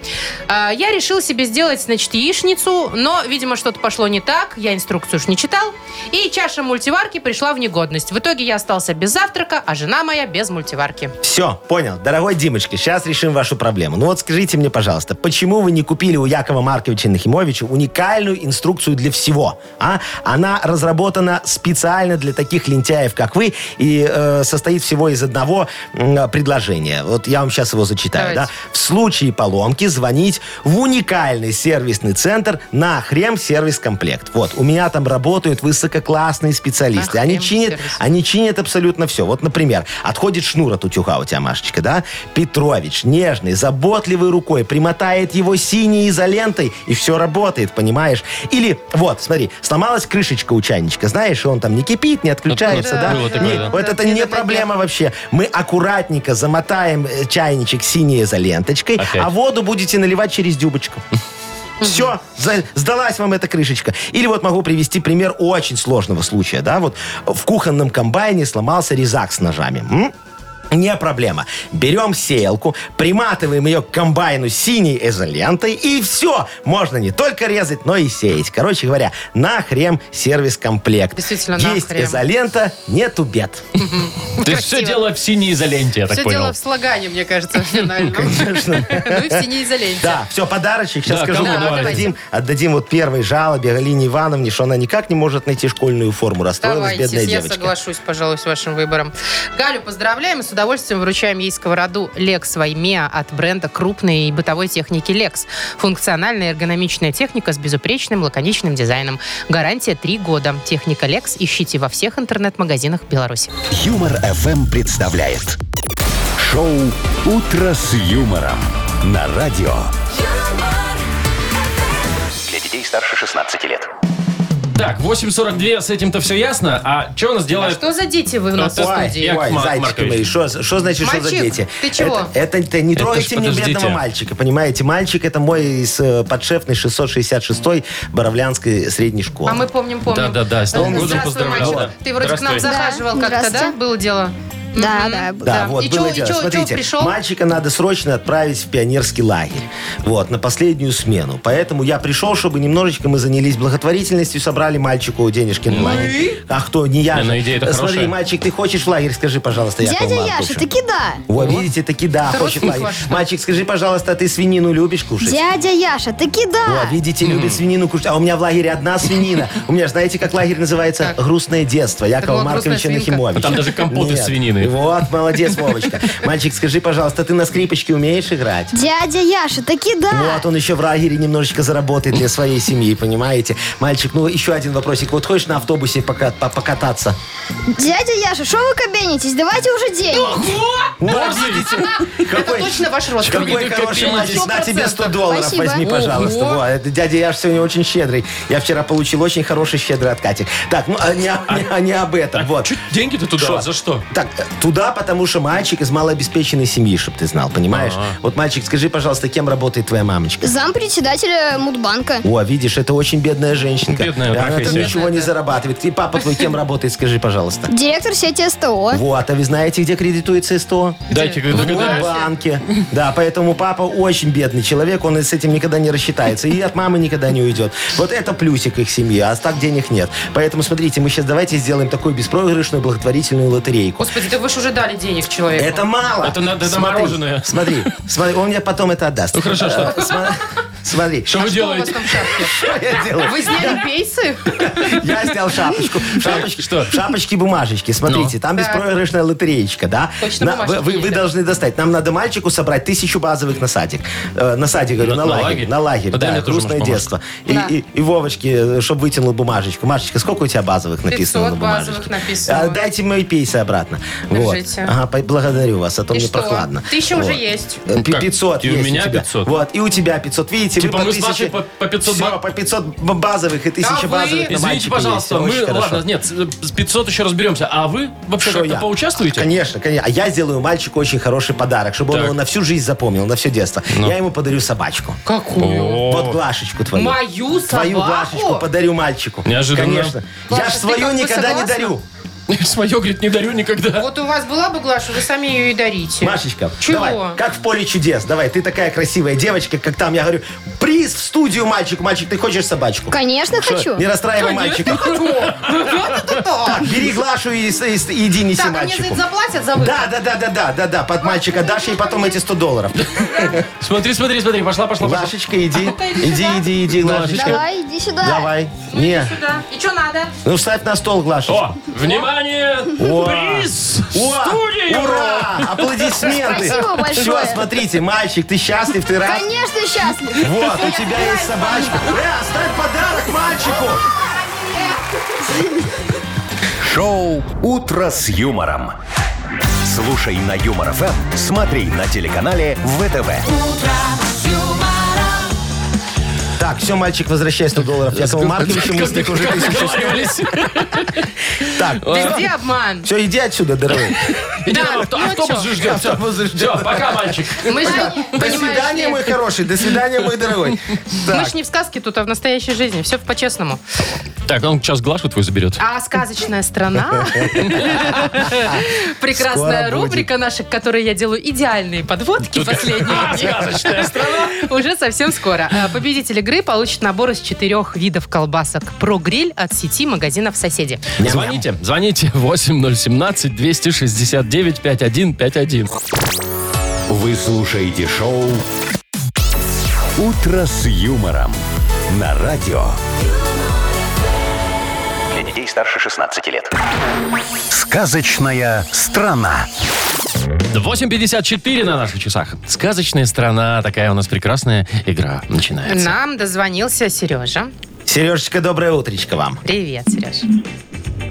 А, Я решил себе сделать, значит, яичницу, но, видимо, что-то пошло не так, я инструкцию уж не читал, и чаша мультиварки пришла в негодность. В итоге я остался без завтрака, а жена моя без мультиварки.
Все, понял. Дорогой Димочка, сейчас решим вашу проблему. Ну вот скажите мне, пожалуйста, почему вы не купили у Якова Марковича Нахимовича уникальную инструкцию для всего? А? Она разработана специально для таких лентяев, как вы, и э, состоит всего из одного м, предложения. Вот я вам сейчас его зачитаю.
Давайте.
Да? В случае поломки звонить в уникальный сервисный центр на Хрем Сервис Комплект. Вот, у меня там работают высококлассные специалисты.
На
Они
Хрем
чинят,
Сервис.
они чинят абсолютно все. Вот, например, отходит шнур от утюга у тебя, Машечка, да? Петрович, нежный, заботливой рукой, примотает его синей изолентой, и все работает, понимаешь? Или, вот, смотри, сломалась крышечка у чайничка, знаешь, и он там не кипит, не отключается,
Да,
да?
было такое,
Не,
да.
Вот это
Не
не
нападет.
проблема вообще. Мы аккуратненько замотаем э, чайничек синей изоленточкой,
Опять.
а воду будете наливать через дюбочку. Все, сдалась вам эта крышечка. Или вот могу привести пример очень сложного случая, да, вот в кухонном комбайне сломался резак с ножами. М? Не проблема. Берем сеялку, приматываем ее к комбайну синей изолентой, и все. Можно не только резать, но и сеять. Короче говоря, нахрем сервис-комплект.
Действительно,
Есть
нахрем.
изолента, нету бед.
То есть все
Красиво.
дело в синей изоленте, я так
Все дело
понял.
в слагании, мне кажется, финальном. Ну и в синей изоленте.
Да, все, подарочек. Сейчас
Да,
скажу,
кому
кому
давайте?
отдадим, отдадим вот первой жалобе Галине Ивановне, что она никак не может найти школьную форму. Расстроилась
Давайте,
бедная
я
девочка.
соглашусь, пожалуй, с вашим выбором. Галю поздравляем и с удовольствием вручаем ей сковороду Lex Ваймеа от бренда крупной и бытовой техники Lex. Функциональная эргономичная техника с безупречным лаконичным дизайном. Гарантия 3 года. Техника Lex ищите во всех интернет-магазинах Беларуси.
Юмор FM представляет шоу Утро с юмором на радио. Для детей старше 16 лет.
Так, 8.42, с этим-то все ясно. А что у нас
А
делает...
что за дети вы у нас в
Вот,
Ой,
студии? А
Яков
ой,
Марк-
зайчики
Маркович.
мои, что значит, что за
Мальчик,
дети?
ты чего?
Это, это- это не
Это
трогайте
ж
мне
подождите.
бедного мальчика, понимаете? Мальчик это мой из э, подшефной 666-й Боровлянской средней школы.
А мы помним, помним.
Да-да-да, с Новым
Э,
годом
здравствуй,
поздравляю.
мальчик.
Да.
Ты вроде к
Здравствуй.
нам захаживал
Да,
как-то, да?
здравствуйте.
Было дело?
Да,
Мгм.
да,
Да, вот
И
было
чё- и
дело.
чё- чё
Смотрите,
пришел?
мальчика надо срочно отправить в пионерский лагерь. Вот, на последнюю смену. Поэтому я пришел, чтобы немножечко мы занялись благотворительностью, собрали мальчику денежки
Ну
на лагерь. А кто, не я
Не,
же.
ну идея-то
Смотри,
хорошая.
мальчик, ты хочешь в лагерь? Скажи, пожалуйста, я
Дядя Яша, ты кида.
Во, видите, таки да, хочет
родственник
лагерь.
ваш, что ли?
Мальчик, скажи, пожалуйста, а ты свинину любишь кушать?
Дядя Яша, ты
Во,
кида.
видите, любит свинину кушать. А у меня в лагере одна свинина. У меня, знаете, как лагерь называется?
Как?
«Грустное детство» Якова
была грустная
Марковича
свинка.
Нахимовича.
А Там даже компот из
Нет.
свинины.
Вот, молодец, Вовочка. Мальчик, скажи, пожалуйста, ты на скрипочке умеешь играть?
Дядя Яша, ты кида.
Вот, он еще в лагере немножечко заработает для своей семьи, понимаете? Мальчик, ну еще один вопросик. Вот хочешь на автобусе пока- по- покататься?
Дядя Яша, что вы кабенитесь? Давайте уже денег.
Вот,
Ну,
видите?
Это
Какой-
точно ваш родственник.
Какой хороший мальчик, на тебе 100 долларов
Спасибо.
возьми, пожалуйста.
Ого.
Во, это дядя Яш сегодня очень щедрый. Я вчера получил очень хороший щедрый от Кати. Так, ну а не, о- не о- не об этом. вот.
а Чуть деньги-то туда,
Что?
за что?
Так, э, туда, потому что мальчик из малообеспеченной семьи, чтобы ты знал, понимаешь? Вот, мальчик, скажи, пожалуйста, кем работает твоя мамочка?
Зам председателя Мудбанка.
О, видишь, это очень бедная женщинка.
Бедная
Она там
профессия.
ничего не зарабатывает. И папа твой кем работает, скажи, пожалуйста.
Директор сети СТО.
Вот, а вы знаете, где кредитуется СТО?
Дайте как
В
догадаюсь.
банке. Да, поэтому папа очень бедный человек, он с этим никогда не рассчитается. И от мамы никогда не уйдет. Вот это плюсик их семьи, а так денег нет. Поэтому, смотрите, мы сейчас давайте сделаем такую беспроигрышную благотворительную лотерейку.
Господи, да вы же уже дали денег человеку.
Это мало.
Это надо на
Смотри,
мороженое.
Смотри, смотри, он мне потом это отдаст. Ну
хорошо, что?
Смотри,
Что вы
А Что у вас
делаете?
там в шапке?
что я делаю?
Вы сняли пейсы?
Я снял шапочку. Шапочки,
что? Ну.
шапочки бумажечки. Смотрите, там
Так.
беспроигрышная лотереечка, да?
Точно
На-
бумажки
вы- вы, вы
есть, да.
должны достать. Нам надо мальчику собрать тысячу базовых на садик. Э, на садик, говорю,
На-
на,
на
лагерь.
лагерь?
На лагерь,
Ну, дай
да,
мне тоже,
грустное
может,
детство. И,
Да.
и- и Вовочке, чтобы вытянул бумажечку. Машечка, сколько у тебя базовых написано на
500
бумажечке?
базовых написано.
А, дайте мои пейсы обратно. Вот.
Держите.
Ага, по- благодарю вас, а то
И
мне
что?
прохладно.
Тысяча уже
Вот.
есть.
Э, пи-
Как?
500
И у
есть
меня
тебя.
500.
Вот, и у тебя 500. Видите,
Типа
вы
мы
по
с Машей
1000.
по- по 500
Все,
бак-
по 500 б- базовых и 1000
Да вы-
базовых. на
Извините,
мальчика
пожалуйста,
есть.
мы,
Очень хорошо.
ладно, нет, с 500 еще разберемся. А вы вообще
Что
как-то
я?
поучаствуете?
Конечно, конечно. А я сделаю мальчику очень хороший подарок, чтобы
Так.
он его на всю жизнь запомнил, на все детство.
Ну.
Я ему подарю собачку.
Какую?
Вот Глашечку твою.
Мою
Твою Глашечку
собаку?
подарю мальчику.
Неожиданно.
Конечно. я
Глаша,
ж
ты
свою
как бы
никогда не
согласна?
дарю.
Свое, говорит, не дарю никогда.
Вот у вас была бы Глаша, вы сами ее и дарите.
Машечка,
Чего?
давай, как в поле чудес, давай, ты такая красивая девочка, как там, я говорю, приз в студию, мальчик, мальчик, ты хочешь собачку?
Конечно,
Что,
хочу.
Не расстраивай мальчика.
Так,
Бери Глашу и, с- и с- и иди неси
а мне за это
мальчику.
заплатят за выход?
Да, да, да, да, да, да, да, под мальчика дашь ей потом эти 100 долларов.
Смотри, смотри, смотри, пошла, пошла, пошла.
Лашечка, иди,
Ну-ка, иди
иди,
сюда.
иди, иди, Лашечка.
Давай, иди сюда.
Давай. Не,
Сюда. И что надо?
ну ставь на стол, Глашечка.
О, внимание!
О.
Приз! в
О,
студию!
Ура! Аплодисменты!
Спасибо большое.
Все, смотрите, мальчик, ты счастлив, ты рад?
Конечно, счастлив.
Вот, у тебя есть собачка. Э, оставь подарок мальчику!
Шоу Утро с юмором. Слушай на Юмор ФМ, смотри на телеканале ВТВ.
Так, Так, все, мальчик, возвращай 100 долларов. Якова Марковича, мы с них уже тысячу.
Договорились.
Ну,
Так,
Везде обман.
все, иди отсюда, дорогой.
Иди
Да,
нам авто-
ну
автобус
чё?
же ждет. Все,
Автобус ждет.
Всё, пока, мальчик.
Мы же,
До
понимаешь ли,
свидания, мой хороший, до свидания, мой дорогой.
мы ж не в сказке тут, а в настоящей жизни. Все по-честному.
Так, он сейчас глажку твою заберет.
А сказочная страна. Прекрасная
Скоро будет.
рубрика наша, к которой я делаю идеальные подводки последние дни.
Сказочная страна.
Уже совсем скоро. А, Победитель игры получит набор из четырех видов колбасок про гриль от сети магазинов «Соседи».
Звоните, звоните 8017-269-5151.
Вы слушаете шоу «Утро с юмором» на радио.
Для детей старше 16 лет.
Сказочная страна.
8.54 на наших часах. Сказочная страна, такая у нас прекрасная игра начинается.
Нам дозвонился Сережа.
Сережечка, доброе утречко вам.
Привет, Сереж.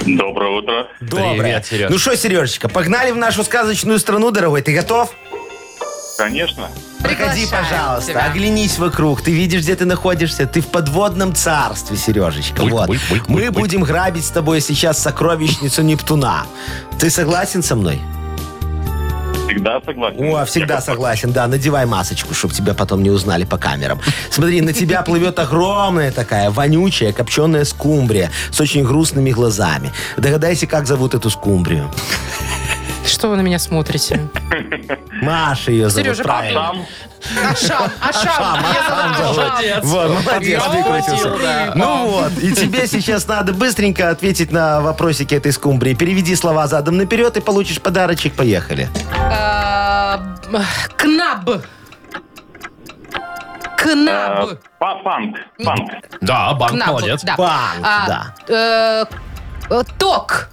Доброе утро.
Доброе.
Сереж.
Ну что, Сережечка, погнали в нашу сказочную страну, дорогой. Ты готов?
Конечно.
Проходи,
Приглашаем
пожалуйста,
тебя.
оглянись вокруг. Ты видишь, где ты находишься? Ты в подводном царстве, Сережечка.
Бульк,
вот.
бульк, бульк,
Мы
бульк, бульк.
будем грабить с тобой сейчас сокровищницу Нептуна. Ты согласен со мной?
Всегда согласен.
О, всегда согласен, да. Надевай масочку, чтобы тебя потом не узнали по камерам. Смотри, на тебя плывет огромная такая вонючая копченая скумбрия с очень грустными глазами. Догадайся, как зовут эту скумбрию.
Что вы на меня смотрите?
Маша ее зовут.
Сережа, А
правильно.
Ашам. Ашам. Ашам. Меня зовут Ашам.
Молодец.
Вот, молодец, выкрутился. Ну вот, и тебе сейчас надо быстренько ответить на вопросики этой скумбрии. Переведи слова задом наперед и получишь подарочек. Поехали.
А, м, Кнаб. Кнаб.
Панк. Панк.
Да, банк,
Кнаб,
А, молодец.
да.
Панк,
Ну, А,
да.
э, э, Ток.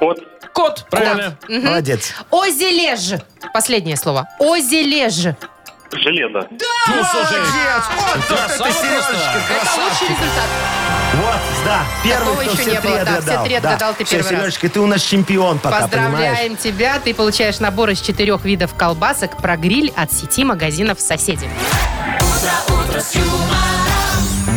От
Кот, правильно.
Молодец.
Озележ. Последнее слово. Озележ.
железа.
Ну, слушай,
Молодец! Вот, вот это
красава
Сережечка,
просто.
Это лучший результат.
Вот, да, первый,
Такого
кто
еще
все
не
три
было, да,
отгадал.
все три отгадал, ты
Всё,
первый раз.
Сережечка, ты у нас чемпион пока, понимаешь?
Поздравляем тебя. Ты получаешь набор из четырех видов колбасок про гриль от сети магазинов «Соседи».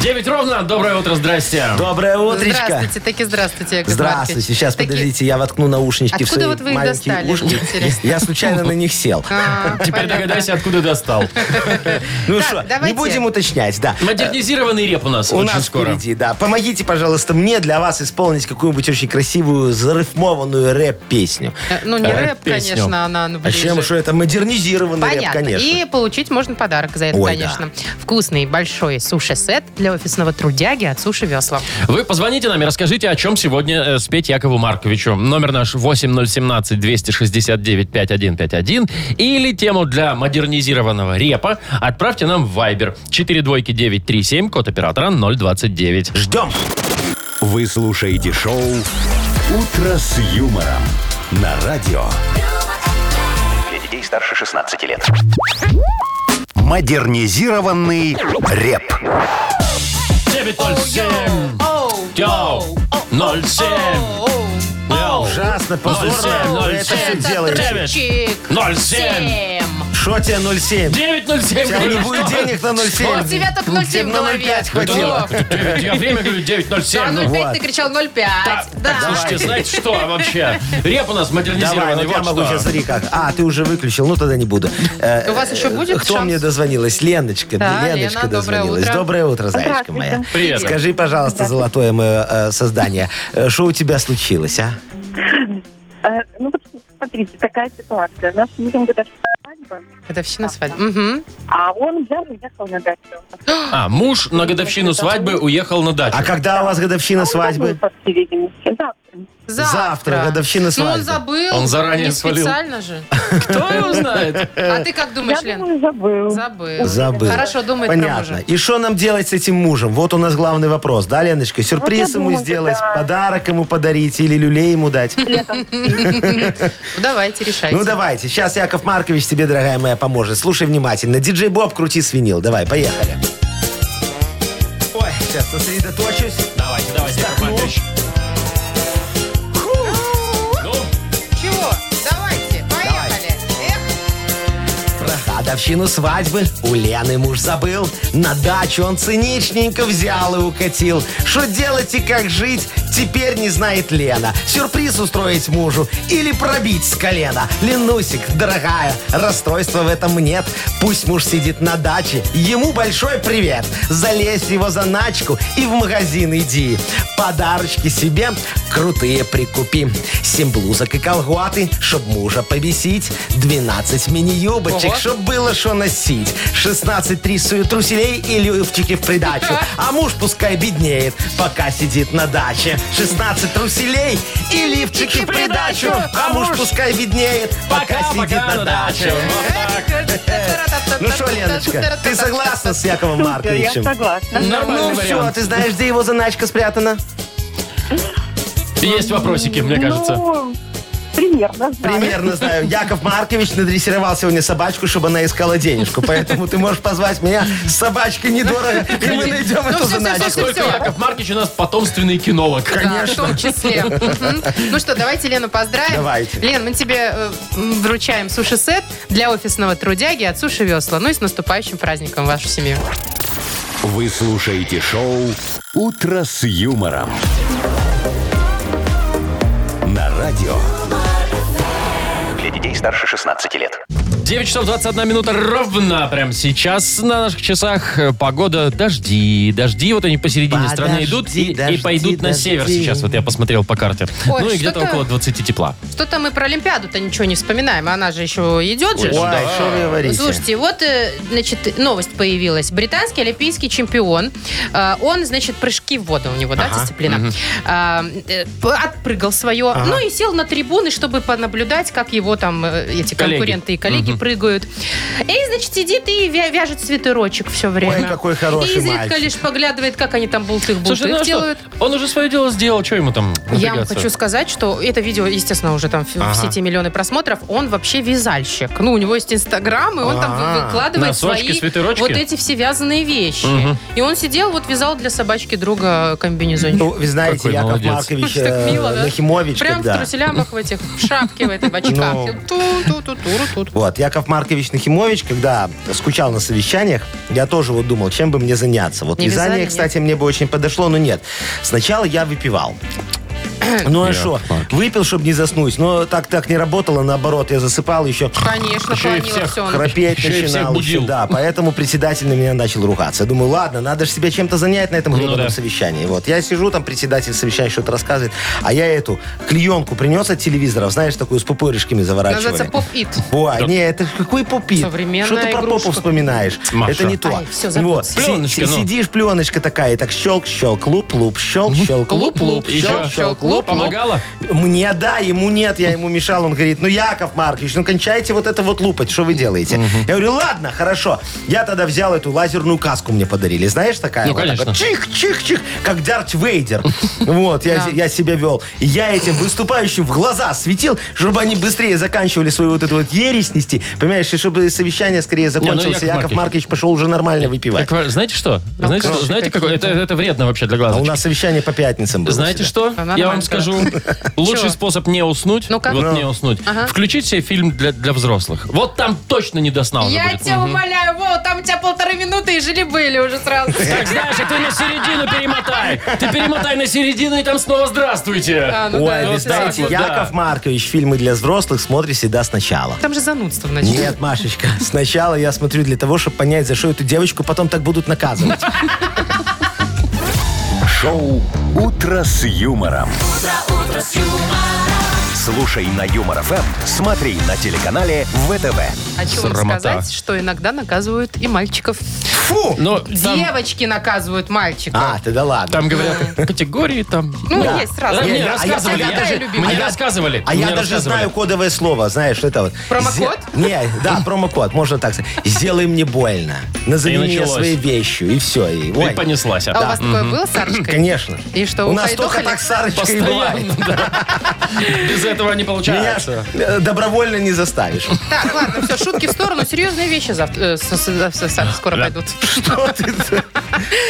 9 ровно. Доброе утро, здрасте.
Доброе утречко.
Здравствуйте, таки здравствуйте, Яков
Здравствуйте.
Маркович.
Сейчас,
Таки-
подождите, я воткну наушнички в
Откуда
свои
вот вы их
маленькие
достали,
ушки.
мне интересно.
Я случайно на них сел.
А,
Теперь
понятно.
догадайся, откуда достал.
Ну
Так,
что, не
давайте.
будем уточнять, да.
Модернизированный реп у нас
У
очень
нас
скоро.
впереди, да. Помогите, пожалуйста, мне для вас исполнить какую-нибудь очень красивую, зарифмованную рэп-песню.
Э, Ну, не
Э,
рэп,
песню.
конечно, она ну,
А чем
ближе.
что это модернизированный рэп,
Понятно.
конечно.
И получить можно подарок за это,
Ой,
конечно. Вкусный большой суши-сет для офисного трудяги от Суши Весла.
Вы позвоните нам и расскажите, о чем сегодня э, спеть Якову Марковичу. Номер наш 8017-269-5151. Или тему для модернизированного репа отправьте нам в Viber. 4 двойки 937, код оператора 029.
Ждем.
Вы слушаете шоу «Утро с юмором» на радио
Для детей старше 16 лет.
«Модернизированный реп».
907 07
Ужасно, позорно.
ноль
вы Это все
семь.
делаете.
Девять.
Чик.
07
Всем.
Что тебе 0,7?
907
Тебя не будет денег на 0,7.
У тебя только 0,7 в
на
голове.
0,5 хватило.
Да.
Я время говорю 907.
А
ну,
0,5
вот.
ты кричал 0,5.
Так,
Да.
слушайте, знаете что вообще? Реп у нас
Давай,
модернизированный,
вот я
ну вот
могу
что.
сейчас, смотри как. А, ты уже выключил, ну тогда не буду. Э,
У вас еще будет
Кто
шанс?
мне дозвонилась? Леночка.
Да,
Леночка
Лена, доброе
дозвонилась.
утро.
Доброе утро, зайчка моя.
Привет.
Скажи, пожалуйста, золотое мое э, создание, э, что у тебя случилось, а?
Э, Ну вот смотрите, такая ситуация. У нас мужем годовщина свадьбы,
Годовщина свадьбы. Мгм.
а он взял и уехал на дачу.
А, муж на годовщину свадьбы уехал на дачу.
А когда у вас годовщина свадьбы?
По всей видимости. Да.
Завтра.
Завтра годовщина
Ну, он
свадьбы.
забыл.
Он заранее
Не
свалил.
специально же.
Кто его знает?
А ты как думаешь,
Я
Лен?
думаю, забыл.
Забыл.
Забыл.
Хорошо, думает про
Понятно.
мужа.
И что нам делать с этим мужем? Вот у нас главный вопрос, да, Леночка? Сюрприз
Вот я
ему
думаю,
сделать,
да.
подарок ему подарить или люлей ему дать?
Ну, Давайте, решайте.
Ну давайте, сейчас Яков Маркович тебе, дорогая моя, поможет. Слушай внимательно. Диджей Боб, крути свинил. Давай, поехали. Ой, сейчас сосредоточусь.
Давайте, давайте, Яков
Вздохнул.
Маркович. Ну,
Чего? Давайте, поехали. Эх,
Про годовщину свадьбы у Лены муж забыл. На дачу он циничненько взял и укатил. Что делать и как жить, теперь не знает Лена. Сюрприз устроить мужу или пробить с колена. Ленусик, дорогая, расстройства в этом нет. Пусть муж сидит на даче, ему большой привет. Залезь в его заначку и в магазин иди. Подарочки себе крутые прикупи. Семь блузок и колготы, чтоб мужа побесить. 12 мини-юбочек,
Ого.
чтоб было что носить. 16 трисую труселей и люфчики в придачу. А муж пускай беднеет, пока сидит на даче. 16 труселей и лифчики в придачу. А муж пускай беднеет, пока
пока,
сидит
пока
на даче.
Вот так.
Ну что, Леночка, ты согласна с Яковом
Супер, я
Марковичем?
согласна.
Нормальный
Ну все, а
вариант.
ты знаешь, где его заначка спрятана?
Есть вопросики, мне кажется.
Ну, примерно. знаю.
Примерно знаю. Яков Маркович надрессировал сегодня собачку, чтобы она искала денежку. Поэтому ты можешь позвать меня с собачкой недорого, и мы найдем эту
всё, всё,
заначку.
всё,
Поскольку Яков Маркович у нас потомственный кинолог.
Да, в том числе. Мгм. Ну что, давайте Лену поздравим.
Давайте.
Лен, мы тебе э, м, вручаем суши-сет для офисного трудяги от Суши Весла. Ну и с наступающим праздником вашу семью.
Вы слушаете шоу «Утро с юмором». На радио.
Для детей старше 16 лет.
9 часов 21 минута ровно прям сейчас на наших часах. Э, Погода дожди. Дожди, вот они посередине
Подожди,
страны идут и, и
дожди,
пойдут на
дожди.
север сейчас. Вот я посмотрел по карте.
Ой,
ну и где-то
что-то-
около 20 тепла.
Что-то мы про Олимпиаду-то ничего не вспоминаем. Она же еще идет же.
Ой, что вы говорите?
Слушайте, вот, э, значит, новость появилась. Британский олимпийский чемпион, э, он, значит, прыжки в воду у него, да, дисциплина, А, э, п- отпрыгал свое, ну и сел на трибуны, чтобы понаблюдать, как его там э, эти
Коллеги.
конкуренты и коллеги прыгают. И, значит, сидит и вя- вяжет свитерочек все время.
Ой, какой хороший
И изредка
мальчик.
лишь поглядывает, как они там
Слушай, ну
бултых-бултых
а что?
делают.
Он уже свое дело сделал, что ему там
Я вам
напрягаться?
хочу сказать, что это видео, естественно, уже там в- в сети миллионы просмотров. Он вообще вязальщик. Ну, у него есть Инстаграм, и он там вы-
А-а.
выкладывает
А, Носочки,
свои
свитерочки?
вот эти все вязаные вещи. И он сидел, вот вязал для собачки друга комбинезончик.
Ну, вы знаете,
Какой
Яков
молодец.
Маркович
Слушай, так
э,
мило, да?
Нахимович,
Прям в
когда...
труселямах в этих, в шапке в этой, в очках.
Ну.
Ту-ту-ту-ту-ру-тут.
Вот, Яков Маркович Нахимович, когда скучал на совещаниях, я тоже вот думал, чем бы мне заняться. Вот
Не
вязание,
вязали,
кстати, мне бы очень подошло, но нет. Сначала я выпивал. Ну а что? Выпил, чтобы не заснуть. Но так так не работало, наоборот, я засыпал еще.
Конечно,
Еще и
клонила
всех
все.
Храпеть
Еще и всех
начинал еще,
будил.
да. Поэтому председатель на меня начал ругаться. Я думаю, ладно, надо же себя чем-то занять на этом гребаном
Ну да.
совещании. Вот, я сижу, там председатель совещания что-то рассказывает, а я эту клеенку принес от телевизоров, знаешь, такую с пупырышками заворачивали.
Называется поп-ит.
Ой, не, это ж какой попит?
Современная
Что ты про
игрушка.
попу вспоминаешь?
Маша.
Это не то.
Ай, всё, запуталась.
Си-
Пленочка,
си-
ну.
Сидишь, пленочка такая, и так щелк-щелк, луп-луп, щелк-щелк, луп-луп,
Еще.
щелк-щелк, луп-луп.
Помогала?
Мне да, ему нет, я ему мешал. Он говорит, ну, Яков Маркович, ну, кончайте вот это вот лупать, что вы делаете? Я говорю, ладно, хорошо. Я тогда взял эту лазерную каску мне подарили. Знаешь, такая
Ну,
вот так вот.
конечно.
чих-чих-чих, как Дарт Вейдер. Вот, я, я себя вел. И я этим выступающим в глаза светил, чтобы они быстрее заканчивали свою вот эту вот ересь нести, понимаешь, и чтобы совещание скорее закончилось.
ну, Яков
и Яков
Маркович.
Маркович пошел уже нормально выпивать.
Так, знаете что? Знаете,
как
что?
же
знаете
такие.
какой? Это, это вредно вообще для глаз.
А у нас совещание по пятницам было.
Знаете что?
всегда.
Да,
Я вам
нормально.
скажу. Лучший
Чего?
способ не уснуть.
Ну-ка.
Вот
Ну.
не уснуть.
Ага.
Включить себе фильм для, для взрослых. Вот там точно не до сна уже
Я
будет.
тебя умоляю, Вова, там у тебя полторы минуты и жили-были уже сразу.
Так, знаешь, а ты на середину перемотай. Ты перемотай на середину и там снова здравствуйте.
А, ну да,
Ой,
ну
вы
вот
действительно.
знаете,
так вот, да.
Яков Маркович фильмы для взрослых смотрит всегда сначала.
Там же занудство вначале.
Нет, Машечка, сначала я смотрю для того, чтобы понять, за что эту девочку потом так будут наказывать.
Шоу «Утро с юмором». Слушай на Юмор ФМ, смотри на телеканале ВТВ.
А что вам
Срамота.
сказать, что иногда наказывают и мальчиков.
Фу!
Но там,
Девочки наказывают мальчиков.
А, тогда ладно.
там говорят категории, там...
ну, есть сразу.
Да,
я-
мне
а
рассказывали,
я- а я
я
такая
даже-
любимая.
мне
А я-
рассказывали.
А
мне
я даже
рассказывали.
знаю кодовое слово, знаешь, это вот.
Промокод?
Зе- Не, да, промокод, можно так сказать. Сделай мне больно. Назови
И
меня
началось.
своей вещью, и все. И,
И
ой,
понеслась. а.
А у вас такое было с Сарочкой?
Конечно.
И что,
У нас
ухайдохали?
только так Сарочка и бывает.
Постоянно, да. Без этого не
Меня
получается.
э, добровольно не заставишь.
Так, ладно, все, шутки в сторону. Серьезные вещи завтра, э, с- с- с- с- скоро
Да.
пойдут.
Что ты?
Что вы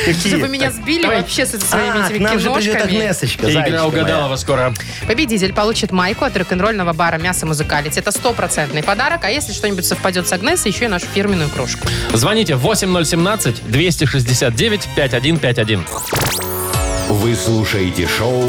Какие?
меня сбили
давай.
вообще с своими
А,
этими
к нам же придет
киношками.
Агнесочка,
Игра
зайчка
угадала
моя.
вас скоро.
Победитель получит майку от рок-н-ролльного бара «Мясо Музыкалити». Это стопроцентный подарок. А если что-нибудь совпадет с Агнесой, еще и нашу фирменную кружку.
Звоните 8017-269-5151.
Вы слушаете шоу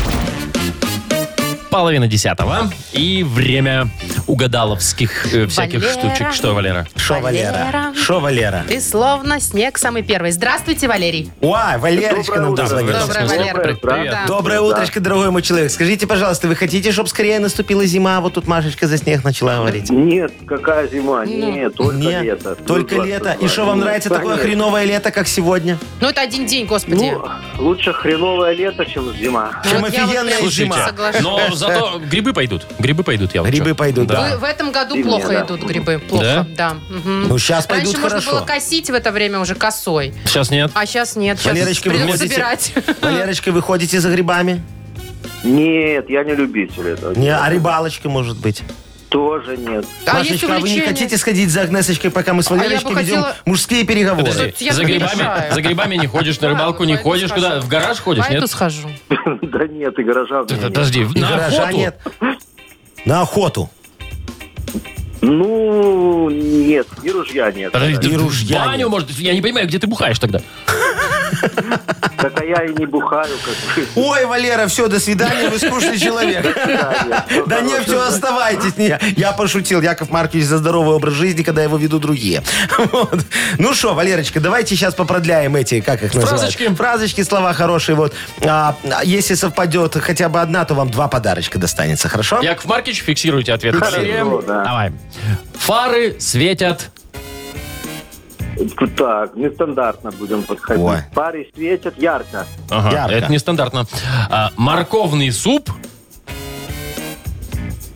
Половина десятого. И время угадаловских э, всяких
Валера.
штучек. Что, Валера?
Шо, Валера?
Валера.
Шо, Валера?
Ты словно снег самый первый. Здравствуйте, Валерий.
Ой, Валерочка нам дозвонилась.
Доброе, Валера.
Привет.
Доброе, да.
Доброе утрочко, дорогой мой человек. Скажите, пожалуйста, вы хотите, чтобы скорее наступила зима? Вот тут Машечка за снег начала говорить.
Нет, какая зима? Нет, только
Нет,
лето.
Только
Ну,
лето.
22.
И что вам
Ну,
нравится такое
конечно.
хреновое лето, как сегодня?
Ну, это один день, господи.
Ну, лучше хреновое лето, чем зима.
Чем
Ну, Вот я вот
офигенная
прям
зима.
соглашусь.
Но зато грибы пойдут. Грибы пойдут, я вот
Грибы
чё.
пойдут,
Вы-
да.
в этом году
Зимние,
плохо
да.
идут грибы. Плохо, да. мгм.
Ну, сейчас пойдут
Раньше можно было
хорошо.
косить в это время уже косой.
Сейчас нет.
А сейчас нет. Сейчас
Валерочка, вы
придется
ходите-
собирать.
Валерочка, вы ходите за грибами?
Нет, я не любитель этого.
Не, а рыбалочка, может быть?
Тоже нет.
А есть
Машечка, а вы не
увлечение?
хотите сходить за Агнесочкой, пока мы с
я бы
Валерочкой ведем
хотела-
мужские переговоры?
Подожди,
я
за,
не
грибами,
мешаю.
за грибами не ходишь, на
Да,
рыбалку не
пойду
ходишь.
схожу.
Куда? В гараж ходишь,
Пойду
нет?
схожу.
Да нет, и гаража у меня нет.
Подожди,
И
на
гаража
охоту?
нет. На охоту.
Ну, нет, и ружья нет.
Подожди, ты- ты в
ружья
баню,
нет.
может, я не понимаю, где ты бухаешь тогда?
Так а я и не бухаю, как бы.
Ой, Валера, все, до свидания, вы скучный человек. Да не, все, оставайтесь. Не, я пошутил. Яков Маркович за здоровый образ жизни, когда его ведут другие. Вот. Ну что, Валерочка, давайте сейчас попродляем эти, как их называют?
Фразочки.
Фразочки, слова хорошие. Вот. А, а если совпадет хотя бы одна, то вам два подарочка достанется, хорошо?
Яков Маркич, фиксируйте ответ.
Хорошо, да.
Давай. Фары светят.
Так, нестандартно будем подходить.
Ой.
Пары светят ярко.
Ага,
Ярко.
это нестандартно. А, морковный суп.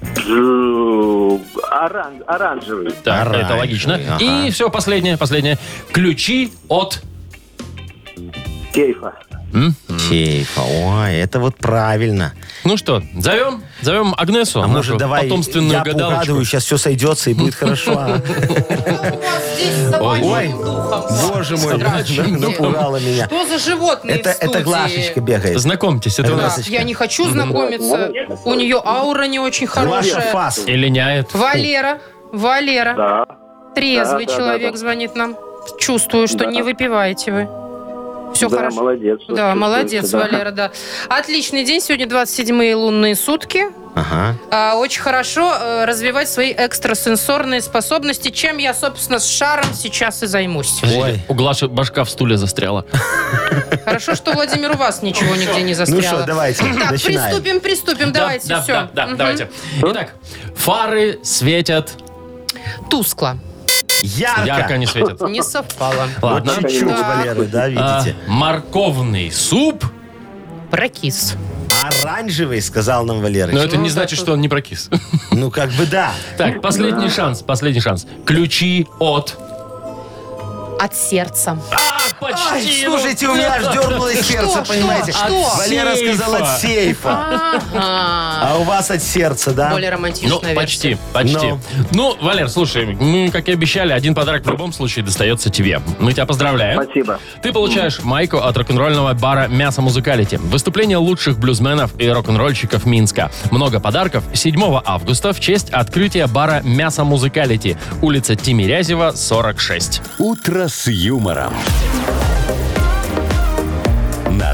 Ж- оран- Оранжевый.
Так,
Оранжевый,
это логично.
ага.
И все, последнее, последнее. Ключи от...
Кейфа.
Сейфа. Ой, это вот правильно.
Ну что, зовем? Зовем Агнесу,
А
нашу
может, давай
потомственную
я
гадалочку.
поугадываю, сейчас все сойдется и будет хорошо. Ой, боже мой, напугала меня.
Что за животные
Это,
в студии?
это Глашечка бегает.
Знакомьтесь, это у нас...
Глашечка.
Я не хочу знакомиться. У нее аура не очень
Глаша
хорошая.
Фас.
Или няет.
Валера, Валера,
Да.
трезвый
Да, да,
человек
да, да.
звонит нам. Чувствую, что
Да.
не выпиваете вы. Все
да,
хорошо.
молодец.
Да, молодец,
Да.
Валера, да. Отличный день. Сегодня 27-е лунные сутки.
Ага.
А, Очень хорошо э, развивать свои экстрасенсорные способности, чем я, собственно, с шаром сейчас и займусь.
Ой.
У Глаши башка в стуле застряла.
Хорошо, что, Владимир, у вас ничего нигде не застряло.
Ну что, давайте,
Так,
начинаем.
приступим,
Ну,
приступим, давайте,
да,
все.
Да, да, давайте. Итак, фары светят.
Тускло,
Ярко.
Ярко не светят.
не совпало.
Ладно.
Чуть-чуть,
Да.
Валера, да,
А,
видите?
морковный суп.
Прокис.
Оранжевый, сказал нам Валера.
Но это
Ну,
не
да,
значит,
тут-
что он не прокис.
Ну, как бы да.
Так, последний шанс, последний шанс. Ключи от...
От сердца.
Ай,
ну,
слушайте, у меня аж дернулось сердце,
что,
понимаете?
что? От
Валера
сейфа.
сказал от сейфа.
Ага.
А у вас от сердца, да?
Более
Ну,
романтичная
почти,
версия.
почти.
Но.
Ну, Валер, слушай, мы, как и обещали, один подарок в любом случае достается тебе. Мы тебя поздравляем.
Спасибо.
Ты получаешь майку от рок-н-ролльного бара «Мясо Музыкалити». Выступление лучших блюзменов и рок-н-ролльщиков Минска. Много подарков 7 августа в честь открытия бара «Мясо Музыкалити». Улица Тимирязева, 46.
«Утро с юмором». На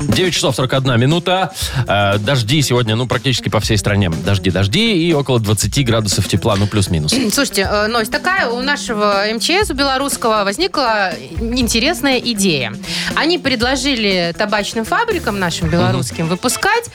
9 часов 41 минута. Э, Дожди сегодня, ну, практически по всей стране. Дожди, дожди и около 20 градусов тепла, ну, плюс-минус.
Слушайте, э, Нось, такая у нашего МЧС, у белорусского, возникла интересная идея. Они предложили табачным фабрикам нашим белорусским выпускать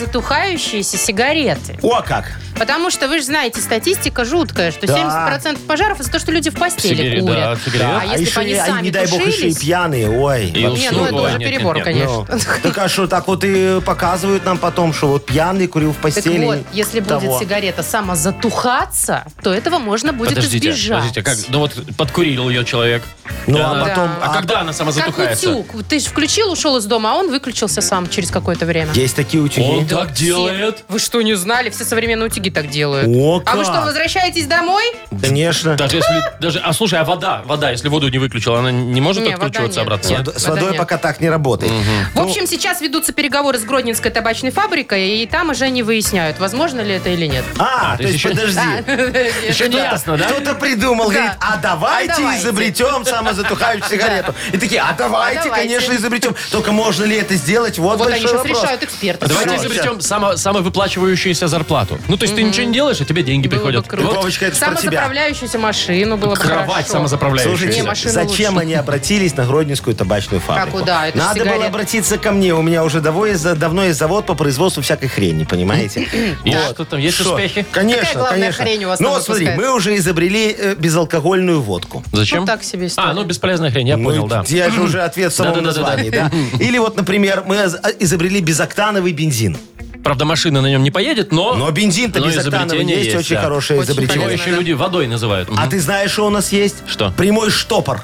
самозатухающиеся сигареты.
О, как!
Потому что, вы же знаете, статистика жуткая, что
Да.
70% пожаров из-за того, что люди в постели
Сигарет,
курят.
да, сигарет.
А если бы они
и,
сами
не дай бог, еще и
тушились?
пьяные, ой.
И
Не, ну это
Ой,
уже
нет, нет,
перебор,
нет.
конечно.
Ну, так а что, так вот и показывают нам потом, что вот пьяный курил в
Так
постели.
вот, если будет
того.
сигарета самозатухаться, то этого можно будет
Подождите,
избежать.
подождите, как, ну вот подкурил ее человек.
Ну,
И
а
она-
потом-
А
а-
когда она сама
Как
затухается?
утюг. Ты же включил, ушел из дома, а он выключился сам через какое-то время.
Есть такие
Он
утюги.
так
Все.
делает?
Вы что, не знали? Все современные утюги так делают.
О,
а вы
как!
что, возвращаетесь домой?
Конечно.
Даже если... Даже, а слушай, а вода? Вода, если воду не выключила, она не может
Не,
откручиваться
вода
обратно?
нет.
С
вода
водой
нет.
пока так не работает.
В общем, сейчас ведутся переговоры с Гродненской табачной фабрикой, и там уже они выясняют, возможно ли это или нет.
А,
то
то
есть
есть,
еще-
подожди.
Еще не ясно, да?
Кто-то придумал,
Да.
говорит, а давайте,
А давайте.
изобретем самозатухающую сигарету. И такие, а давайте,
А давайте.
конечно, изобретем. Только можно ли это сделать? Вот,
Вот
большой
они сейчас
вопрос.
решают эксперты.
Давайте
Всё,
изобретем само, самовыплачивающуюся зарплату. Ну, то есть ты ничего не делаешь, а тебе деньги
Было бы
приходят.
круто.
Вот
Вовочка, это про тебя.
Самозаправляющуюся машину было бы
кровать
хорошо.
Слушайте,
Не,
самозаправляющаяся.
машина
зачем
лучше.
они обратились на Гродненскую табачную фабрику?
куда? Это ж
Надо
сигареты.
было обратиться ко мне. У меня уже давно есть, давно есть завод по производству всякой хрени, понимаете?
И что там, есть
Что?
успехи?
Конечно,
Какая главная
конечно.
хрень у вас
Ну,
там
вот смотри,
выпускается?
мы уже изобрели э, безалкогольную водку.
Зачем?
Ну, так себе история.
А, ну, бесполезная хрень, я
Ну,
понял, да.
Я же уже ответ в самом
Да-да-да-да-да.
названии, да? Или вот, например, мы из- изобрели безоктановый бензин.
Правда, машина на нем не поедет, но...
Но бензин-то
но
безоктановый
изобретение
есть, очень
да.
хорошее
Очень
Его
полезно.
изобретение.
еще люди водой называют.
А
Мгм.
ты знаешь, что у нас есть?
Что?
Прямой штопор.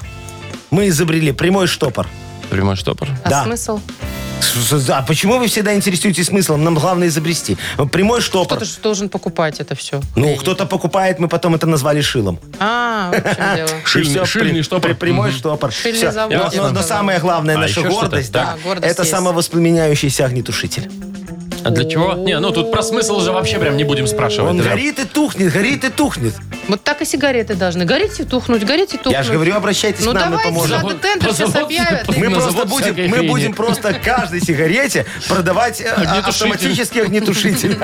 Мы изобрели прямой штопор.
Прямой штопор.
А
да.
смысл?
С- с- А почему вы всегда интересуетесь смыслом? Нам главное изобрести. Прямой штопор.
Кто-то же должен покупать это все.
Ну, кто-то покупает, мы потом это назвали шилом.
А, вот в чем дело.
И
Шильный-
всё,
шильный штопор.
при- прямой
Мгм.
штопор.
Шильный
Всё.
завод,
Но,
я
но- но
сказала.
самая главная
А,
наша
еще что-то?
гордость,
Да,
да,
гордость
это
есть.
самовоспламеняющийся огнетушитель.
А для чего? Не, ну тут про смысл же вообще прям не будем спрашивать.
Он
да.
горит и тухнет, горит и тухнет.
Вот так и сигареты должны. Горите и тухнуть, горите и тухнуть.
Я же говорю, обращайтесь
Ну
к нам, мы
давайте,
поможем.
Ладно, тендер
Позовут-
сейчас объявят.
позовут
Мы
на
просто
завод
будем,
всякой
мы
хрени.
будем просто каждой сигарете продавать э,
Огнетушитель.
автоматический огнетушитель.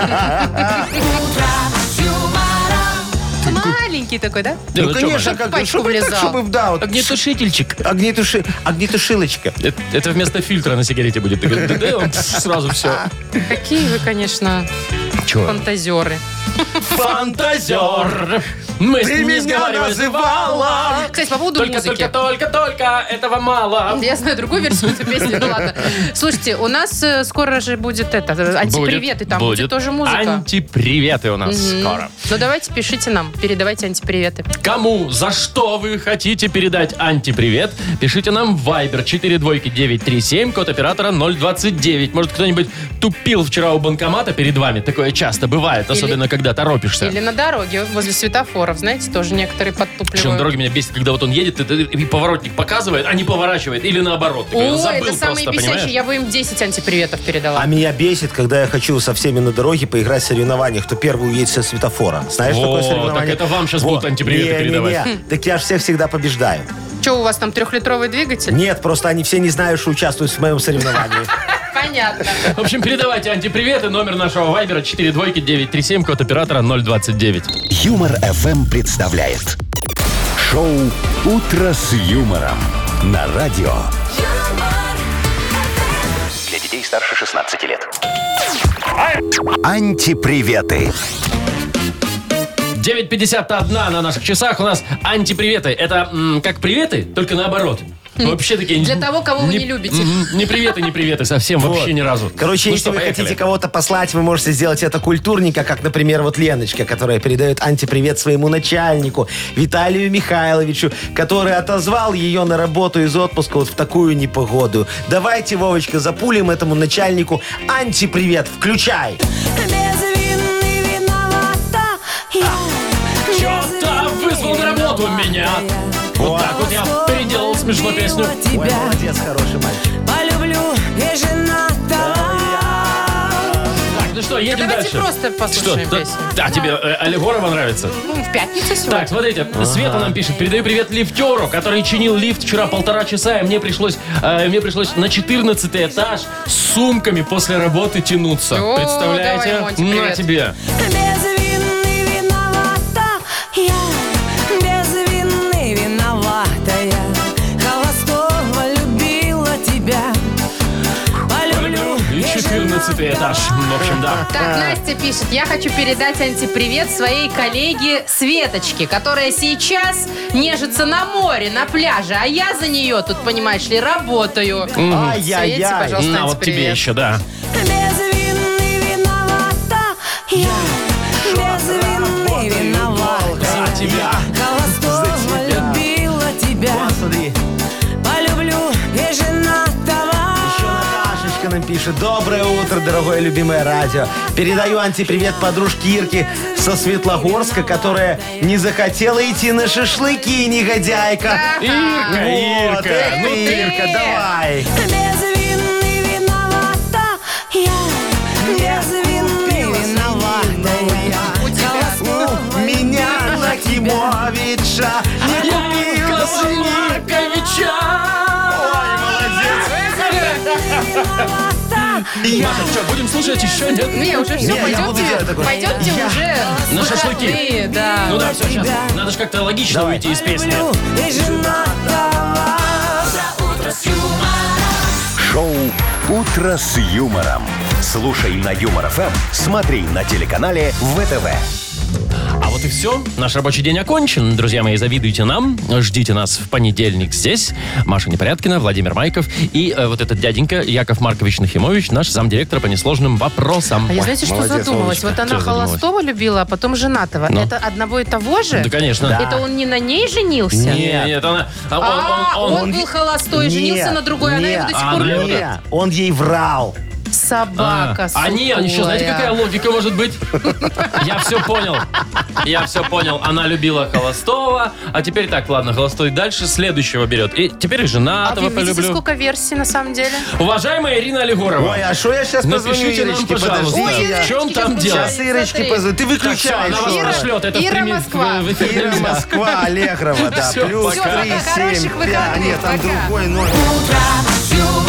Маленький такой, да?
Да, ну, чё,
Ну, конечно,
Маша?
как
пачку
чтобы так,
влезал.
чтобы, да, вот,
Огнетушительчик.
огнетуши- огнетушилочка.
Это, это вместо фильтра на сигарете будет. Ты говоришь, «Да-да», он сразу все.
Какие вы, конечно,
Чего?
фантазеры.
Фантазер! Мы с
Ты
ним
меня
разговаривали.
называла!
Кстати, по поводу
А, Только,
музыки.
только, только, только, этого мало.
Я знаю другую версию этой песни, ну ладно. Слушайте, у нас э, скоро же будет это, э, антиприветы, там будет, тоже музыка.
Антиприветы у нас
Мгм.
скоро.
Ну давайте пишите нам, передавайте антиприветы.
Кому, за что вы хотите передать антипривет, пишите нам в Viber 42937, код оператора 029. Может, кто-нибудь тупил вчера у банкомата перед вами? Такое часто бывает, особенно когда торопишься.
Или на дороге, возле светофоров, знаете, тоже некоторые подтупливают.
Причем на дороге меня бесит, когда вот он едет, и, ты- и поворотник показывает, а не поворачивает. Или наоборот. Такой,
О,
забыл
это самые
просто,
бесячие,
понимаешь?
я бы им 10 антиприветов передала.
А меня бесит, когда я хочу со всеми на дороге поиграть в соревнованиях, кто первый уедет со светофора. Знаешь,
Во,
такое
так
соревнование?
это вам щас
Во.
будут антиприветы
Не, не,
передавать.
не. Так я же всех всегда побеждаю.
Че, у вас там трехлитровый двигатель?
Нет, просто они все не знают, что участвуют в моем соревновании.
Понятно.
В общем, передавайте антиприветы. Номер нашего вайбера 42937, код оператора 029.
Юмор FM представляет шоу Утро с юмором на радио.
Для детей старше 16 лет.
Антиприветы.
9.51 на наших часах у нас антиприветы. Это м, как приветы, только наоборот. Вообще такие...
Хм. Для того, кого вы не любите.
м, Не приветы, не приветы совсем, вообще
Вот.
ни разу.
Короче,
Ну
если
что,
вы
поехали.
хотите кого-то послать, вы можете сделать это культурненько, как, например, вот Леночка, которая передает антипривет своему начальнику, Виталию Михайловичу, который отозвал ее на работу из отпуска вот в такую непогоду. Давайте, Вовочка, запулим этому начальнику антипривет. Включай!
Безвинный виновата я.
Чё-то вызвал на работу меня. Вот так вот я переделал смешную песню.
Ой, молодец, хороший мальчик.
Так, ну что, едем
Давайте
дальше.
просто послушаем
Что, да-
песню.
Да, тебе э, Аллегорова нравится?
Ну, в пятницу сегодня.
Так, смотрите, Света нам пишет. Передаю привет лифтеру, который чинил лифт вчера полтора часа, и мне пришлось, э, мне пришлось на 14 этаж с сумками после работы тянуться.
О,
Представляете?
давай, Монти,
на
привет.
тебе.
Безвинный виновата я, безвинный виновата я. Холостого любила тебя, полюблю.
И 14 этаж. В общем, да.
Так, Настя пишет, я хочу передать антипривет своей коллеге Светочке, которая сейчас нежится на море, на пляже, а я за нее тут, понимаешь ли, работаю.
Мгм.
Свете, пожалуйста,
На, вот тебе
антипривет.
еще, да.
Безвинный виновата я, безвинный виновата
За тебя.
Холостого любила тебя. Полюблю и женатого.
Машечка нам пишет. Доброе утро, дорогое любимое радио. Передаю антипривет подружке Ирке со Светлогорска, которая не захотела идти на шашлыки, негодяйка.
Ирка,
Вот,
Ирка,
эх
ну
ты,
ты.
Ирка, давай.
Безвинный виновата я, безвинный виновата я.
У тебя
У меня Лакимовича
А
не купила синий.
Маша, что, будем слушать еще? Нет?
Не, уже все,
Не, я буду
пойдемте,
делать такое.
пойдемте
Я-
уже
На
в
шашлыки.
выходные, Да.
Ну да, все, сейчас. Надо же как-то логично
Давай.
выйти из песни.
И женатого.
Шоу «Утро с юмором». Слушай на Юмор ФМ, смотри на телеканале ВТВ.
А вот и все. Наш рабочий день окончен. Друзья мои, завидуйте нам. Ждите нас в понедельник здесь. Маша Непорядкина, Владимир Майков и э, вот этот дяденька Яков Маркович Нахимович, наш замдиректора по несложным вопросам.
А я знаете, что
молодец,
задумалась?
Олечка.
Вот она
Что задумалась?
холостого любила, а потом женатого.
Ну.
Это одного и того же?
Да, конечно.
Это он не на ней женился?
Нет, нет, она... а
А,
он- он- он-
он был холостой, женился
Нет,
на другой, она его
нет,
до сих
а
пор
она его-
любит.
Не, он ей врал.
Собака
А, А нет, еще знаете,
сутулая.
какая логика может быть? Я все понял. Я все понял. Она любила холостого, а теперь так, ладно, холостой дальше следующего берет. И теперь и
А вы
женатого
видите,
полюблю.
сколько версий на самом деле?
Уважаемая Ирина Олегорова.
Ой, а что я сейчас позвоню
Напишите нам,
Ирочке?
пожалуйста,
Подожди.
Ой,
в
Ирочке
чем
сейчас
там
будет
дело?
Сейчас Ирочке
Смотри.
позвоню. Ты
Так, всё,
выключай.
она вас
что?
Ира.
прошлет. Это в
Ира
прямом-
Москва.
в эфир
Ира,
нельзя.
Москва, Аллегрова, да.
Всё,
Плюс
пока.
три,
Всё, пока,
семь,
хороших
пять.
выходных,
Нет, там
пока.
другой номер.
Утро с юмором.